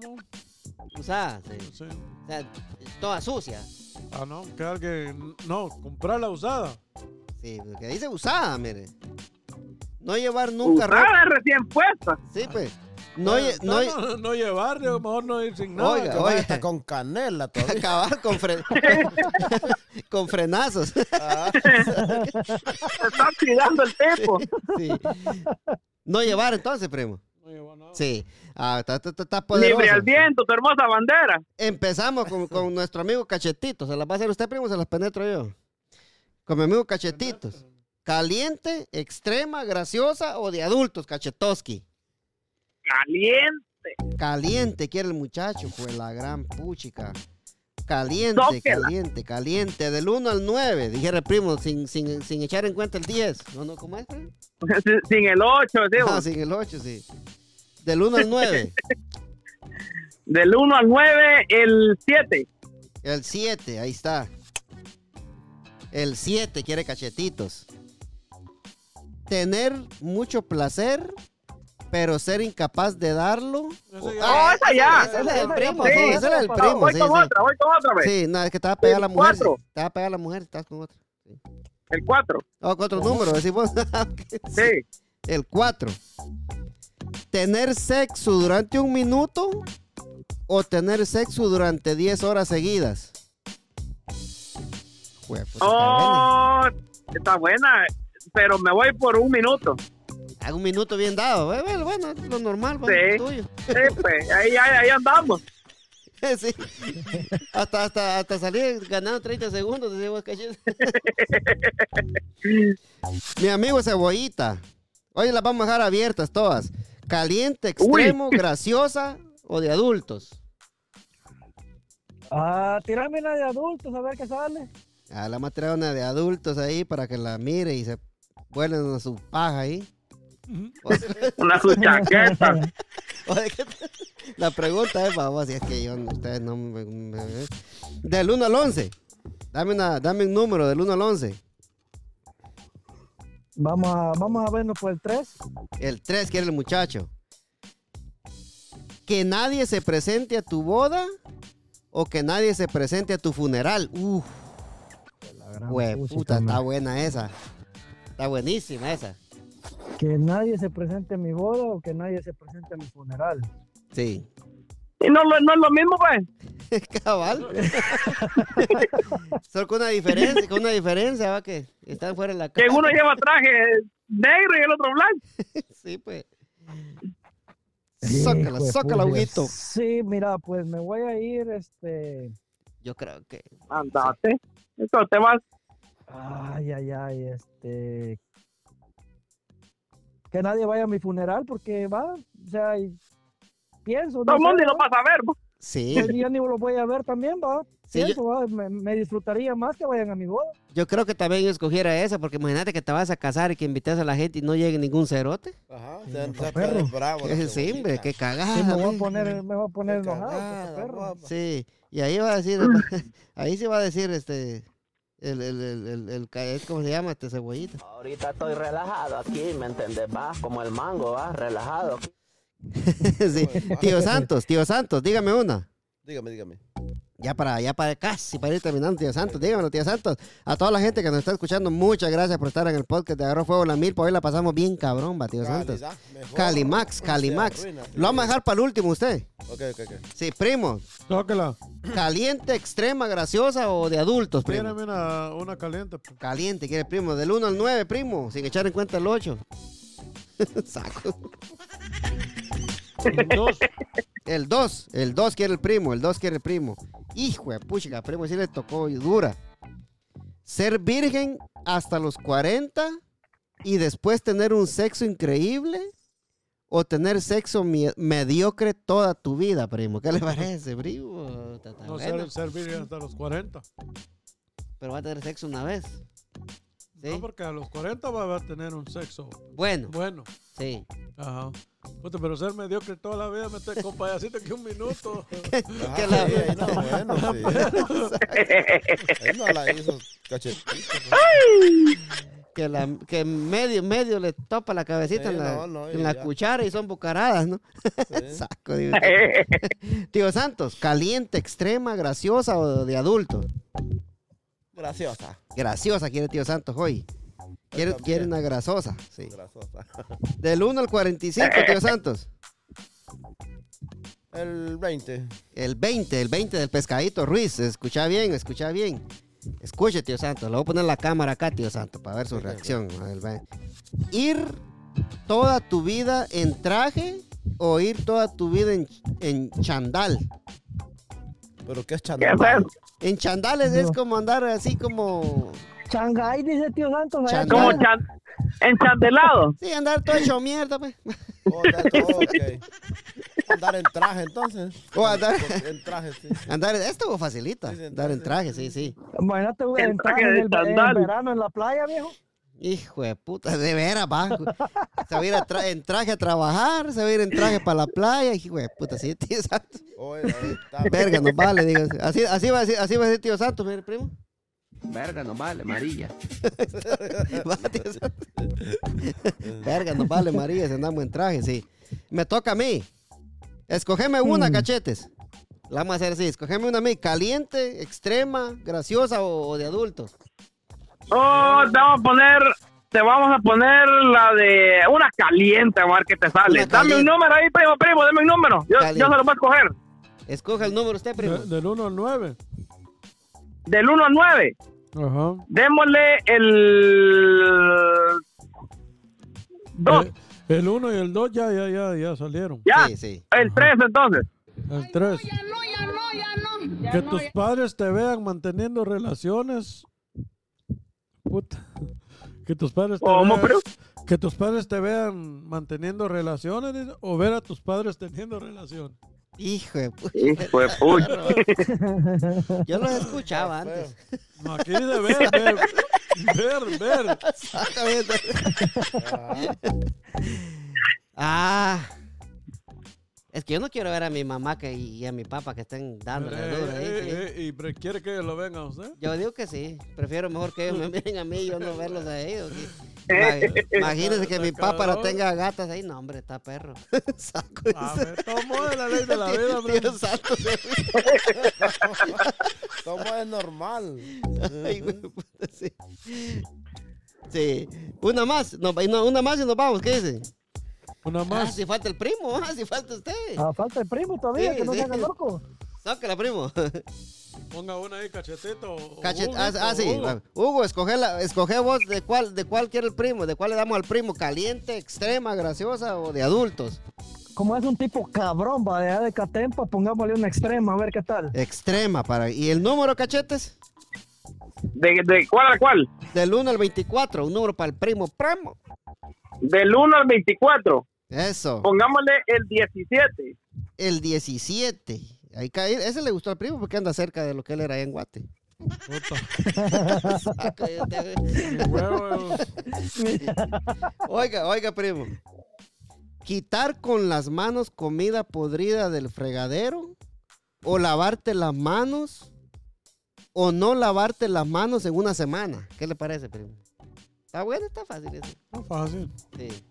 Usada, sí.
Sí.
O sea, toda sucia.
Ah, no, que alguien. No, comprarla usada.
Sí, porque dice usada, mire. No llevar nunca ropa.
Usada recién puesta.
Sí, pues. No, lle- no,
Eh, no, no, no llevar, digo, mejor no ir sin nada.
Oiga.
Que vaya hasta con canela
lle- (laughs)
todavía.
acabar con, fre- con frenazos.
Ah,
Se está oxidando el tiempo.
Sí. No llevar entonces, primo.
No llevar nada.
Sí. Ah, está, está- está- está
Libre
poderoso.
al viento, tu hermosa bandera.
Empezamos con, con nuestro amigo Cachetitos. ¿Se las va a hacer usted, primo, o se las penetro yo? Con mi amigo Cachetitos. Caliente, extrema, graciosa o de adultos, Cachetoski.
Caliente.
Caliente quiere el muchacho, pues la gran puchica. Caliente,
Tóquela.
caliente, caliente. Del 1 al 9, dijera el primo, sin, sin, sin echar en cuenta el 10. ¿No, no, cómo es, primo?
Sin, (laughs) sin el 8,
No, sin el 8, sí. Del 1 al 9,
Del 1 al 9, el 7.
el 7, ahí está. El 7 quiere cachetitos. Tener mucho placer, pero ser incapaz de darlo.
Ese ya-
¡Oh, esa ya!
Ese era el primo,
Sí.
sí, ese era el
No,
primo.
Ah, voy
sí,
con
sí.
otra, voy con otra vez.
Sí, no, es que te va a pegar la mujer.
Cuatro.
sí. Te va a pegar la mujer, estás con otra.
El 4.
Oh, con otro número, (laughs) decimos.
Sí.
El 4. ¿Tener sexo durante un minuto o tener sexo durante 10 horas seguidas? Jue- pues, está buena.
Oh, está buena. Pero me voy por un minuto.
Ah, un minuto bien dado. Bueno, Bueno, bueno, es lo normal, bueno,
Sí.
es tuyo.
Sí, pues, ahí, ahí, ahí andamos.
(laughs) Sí. Hasta, hasta, hasta salir ganando 30 segundos. decía vos, cachete. Mi amigo Cebollita. Hoy las vamos a dejar abiertas todas. Caliente, extremo, graciosa o de adultos.
Ah, tirame una de adultos a ver qué sale.
A la matrona de adultos ahí para que la mire y se vuelen a su paja ahí. (laughs) O de- (laughs)
Con las sus chaquetas.
o de qué te- la pregunta es, vamos, si es que yo, ustedes no me- me- Del 1 al 11. Dame, una, dame un número del 1 al 11.
Vamos a, vamos a vernos por el 3.
El 3 quiere el muchacho. Que nadie se presente a tu boda o que nadie se presente a tu funeral. Uf,
Ah,
hue puta, está buena esa. Está buenísima esa.
Que nadie se presente a mi boda o que nadie se presente a mi funeral.
Sí. (laughs)
Y no, lo- no es lo mismo, pues.
(laughs)
Cabal. Solo con una diferencia, con una diferencia, va que están fuera de la
Que
casa.
uno lleva traje negro y el otro blanco.
Sí, pues.
Sí,
Sócala,
hijo de
sócala,
puta.
Huguito.
Sí, mira, pues me voy a ir, este...
Yo creo que.
Andate. Entonces te vas.
Ay, ay, ay, este... Que nadie vaya a mi funeral porque va, o sea, y pienso...
Todo el
no
mundo
sé,
y lo
va,
vas a ver. pues.
Sí,
pues Yo ni lo voy a ver también, va.
Sí, yo-
Pienso, va, me, me disfrutaría más que vayan a mi boda.
yo creo que también yo escogiera esa, porque imagínate que te vas a casar y que invitas a la gente y no llegue ningún cerote.
Ajá,
Sí,
se han
no, perro.
bravo. la
Es sí, hombre,
cebollita.
qué cagada.
Sí, me voy
güey.
a poner, me voy a poner
Qué
enojado,
cagada,
este perro.
guapa.
Sí, y ahí va a
(laughs)
decir, (laughs) ahí sí va a decir este. El, el, el, el, el ca- es ¿cómo se llama? Este cebollita.
Ahorita estoy relajado aquí, ¿me entendés? Va, como el mango, va, relajado.
(laughs) Sí. Tío Santos, tío Santos, dígame una.
Dígame, dígame.
Ya para, ya para casi para ir terminando, tío Santos. Dígamelo, tío Santos. A toda la gente que nos está escuchando, muchas gracias por estar en el podcast de Agarró Fuego la Milpa. Hoy la pasamos bien cabrón, va, tío Santos.
Calidad, mejor.
Calimax,
Se
Calimax.
arruina,
Lo vamos a dejar para el último usted.
Ok, ok, ok.
Sí, primo.
Tócala.
Caliente, extrema, graciosa o de adultos, primo.
Tírame una, una caliente.
(laughs)
pues.
Caliente, quiere primo. Del 1 al 9, primo. Sin echar en cuenta el 8. (laughs) Saco.
El dos.
El 2, el 2 quiere el primo, el 2 quiere el primo. Hijo de puchica, primo, sí le tocó y dura. Ser virgen hasta los 40 y después tener un sexo increíble o tener sexo mie- mediocre toda tu vida, primo. ¿Qué le parece, primo? Está tan
No
bueno.
ser, servir hasta los 40.
Pero va a tener sexo una vez. ¿Sí?
No, porque a los 40 va va a tener un sexo
Bueno,
bueno.
sí.
Ajá. Puta, pero ser mediocre toda la vida, meter con payasito que un (laughs) minuto.
Ajá,
Que la-
sí, ahí no,
(laughs)
bueno, sí. Ahí no la hizo pues, cachetito.
Que, la, que medio, medio le topa la cabecita
Sí,
en la,
no, no, y
en la
ya.
cuchara y son bucaradas, ¿no?
pues, sí.
Saco, digo, (laughs) Tío Santos, caliente, extrema, graciosa o de adulto.
Graciosa.
Graciosa quiere Tío Santos hoy. Quiere,
también.
quiere una grasosa. sí.
Grasosa.
Del 1 al 45, Tío Santos.
El 20.
El 20, el 20 del pescadito Ruiz. Escucha bien, escucha bien. Escuche, tío Santo. Le voy a poner la cámara acá, tío Santo, para ver su reacción. A ver, va. Ir toda tu vida en traje o ir toda tu vida en, en chandal.
¿Pero qué es
¿Qué
chandal?
En chandales es como andar así como.
Changay, dice tío Santos. allá.
Changay.
Como chan enchandelado.
Sí, andar todo hecho mierda, pues.
Oh, está todo, ok. Andar en traje entonces.
O Oh, andar,
En traje, sí.
andar esto facilita.
Sí, sí, en
Andar en traje, sí, sí.
Imagínate, güey,
El
en
traje
traje en
de
el, en el
chandal.
verano en la playa, viejo.
Hijo de puta, de veras, va. Se va a ir a tra- en traje a trabajar, se va a ir en traje para la playa, hijo de puta, sí, tío Santo.
Oh, eh, ahí está.
Ah, Verga, nos vale, digo. Así, así, va a decir, así va a decir tío Santo, mire, primo.
Verga, no vale, amarilla.
Va, tío Santo. Verga, nos vale, María, si andamos en traje, sí. Me toca a mí. Escogeme una,
Mm.
cachetes. La vamos a hacer así, escogeme una a mí, caliente, extrema, graciosa o, o de adultos.
Oh, te vamos a poner, te vamos a poner la de una caliente, a ver qué te sale.
Una
Dame un
caliente.
número ahí, primo, primo, dame un número. Yo,
Caliente.
yo se lo voy a escoger.
Escoja el número usted, primo.
De- del 1 al 9.
Del 1 al 9.
Ajá.
Démosle el 2.
Eh, El 1 y el 2 ya, ya, ya, ya salieron.
ya.
Sí, sí.
El 3 entonces.
El 3.
Ya no, ya no, ya no. Ya
Que
no,
tus
ya-
padres te vean manteniendo relaciones. Puta. Que tus padres te
¿Cómo,
vean,
pero?
que tus padres te vean manteniendo relaciones dice, o ver a tus padres teniendo relaciones.
Hijo de puta. (laughs)
Hijo de pucha.
Yo los escuchaba antes.
No, aquí de
(laughs)
ver, ver, ver, ver.
Exactamente. ah. Es que yo no quiero ver a mi mamá que, y a mi papá que estén dándole duro ahí,
Eh,
sí.
eh, eh, y pre- quiere que lo vengan a
(laughs)
usted.
Yo digo que sí. Prefiero mejor que ellos me miren a mí y yo no verlos a ellos.
(laughs)
Imag- Imagínense que mi papá no tenga gatas ahí. No, hombre, está perro. Saco
A
ese-
ver, tomo de la ley
(laughs)
de la vida, hombre.
Dios santo, se
Tomo es normal.
Ay, güey, puta, sí. Sí. Una más. No, y no- una más y nos vamos. ¿Qué dicen?
Una
Ah,
más.
si falta el primo. Ah, si falta usted.
A falta el primo todavía,
Sí,
que no
sí.
se haga loco.
Sácala, primo.
Ponga una ahí, cachetito. o
Cachet,
Hugo,
ah, ah, sí.
Hugo.
va. Hugo, escoge, la, escoge vos de cuál, de cuál quiere el primo, de cuál le damos al primo, caliente, extrema, graciosa o de adultos.
Como es un tipo cabrón, va de pues de catempa, pongámosle una extrema, a ver qué tal.
Extrema para. ¿Y el número, cachetes?
¿De, de cuál a cuál?
Del 1 al 24, un número para el primo, primo.
Del 1 al 24.
Eso.
Pongámosle el 17.
El 17. Ahí cae. Ese le gustó al primo porque anda cerca de lo que él era ahí en Guate.
Puta,
Saco yo de-
mi huevo.
(laughs) Oiga, oiga, primo. ¿Quitar con las manos comida podrida del fregadero? ¿O lavarte las manos? ¿O no lavarte las manos en una semana? ¿Qué le parece, primo? Está bueno, está fácil eso.
No fácil.
Sí.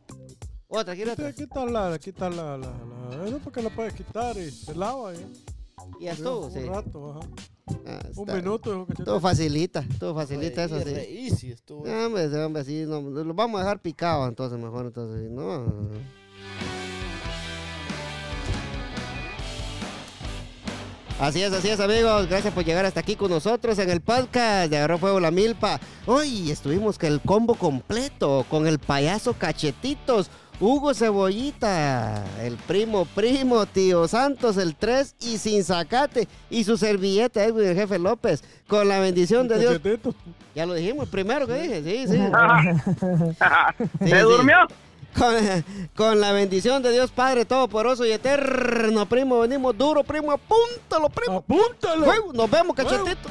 Otra, quiero otra.
Quita la, quita la, la, la. Eso porque la puedes quitar y se lava. Ya.
Y ya estuvo,
un
sí.
rato, ajá.
Ah,
Un
está-
minuto, dijo Cachete.
Todo facilita, todo facilita eso,
Oye,
sí.
y re easy estuvo.
No, hombre, ese hombre, así, no, lo vamos a dejar picado entonces, mejor entonces, no. Así es, así es, amigos. Gracias por llegar hasta aquí con nosotros en el podcast de Agarró Fuego la Milpa. Hoy estuvimos con el combo completo con el payaso Cachetitos, Hugo Cebollita, el primo primo, tío Santos, el 3 y sin sacate y su servilleta, Edwin, el jefe López. Con la bendición de Dios,
Cachetito.
ya lo dijimos, el primero que dije, sí, sí. (laughs)
¿Se
Sí, sí.
durmió?
Con, con la bendición de Dios Padre Todopoderoso y Eterno, primo, venimos duro, primo, apúntalo, primo.
¡Apúntalo!
Huevo, Nos vemos, cachetito.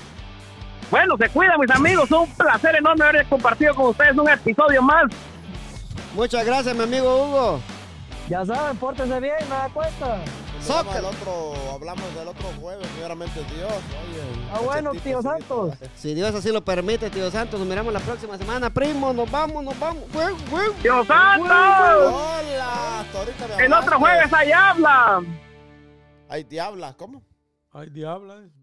Bueno, se cuida, mis amigos. Un placer enorme haber compartido con ustedes un episodio más.
Muchas gracias, mi amigo Hugo.
Ya saben, pórtense bien, nada cuesta.
Hablamos del
Zócalo.
otro, hablamos del otro jueves, primeramente Dios. Oye,
Ah, bueno, tío Santos.
Si Dios así lo permite, tío Santos, nos miramos la próxima semana, primo. Nos vamos, nos vamos. Huevo, huevo.
¡Dios santo!
Hola, hasta ahorita me
El otro
hablaste.
jueves ahí hablan.
Ay, diabla, ¿cómo?
Ay, diabla. eh.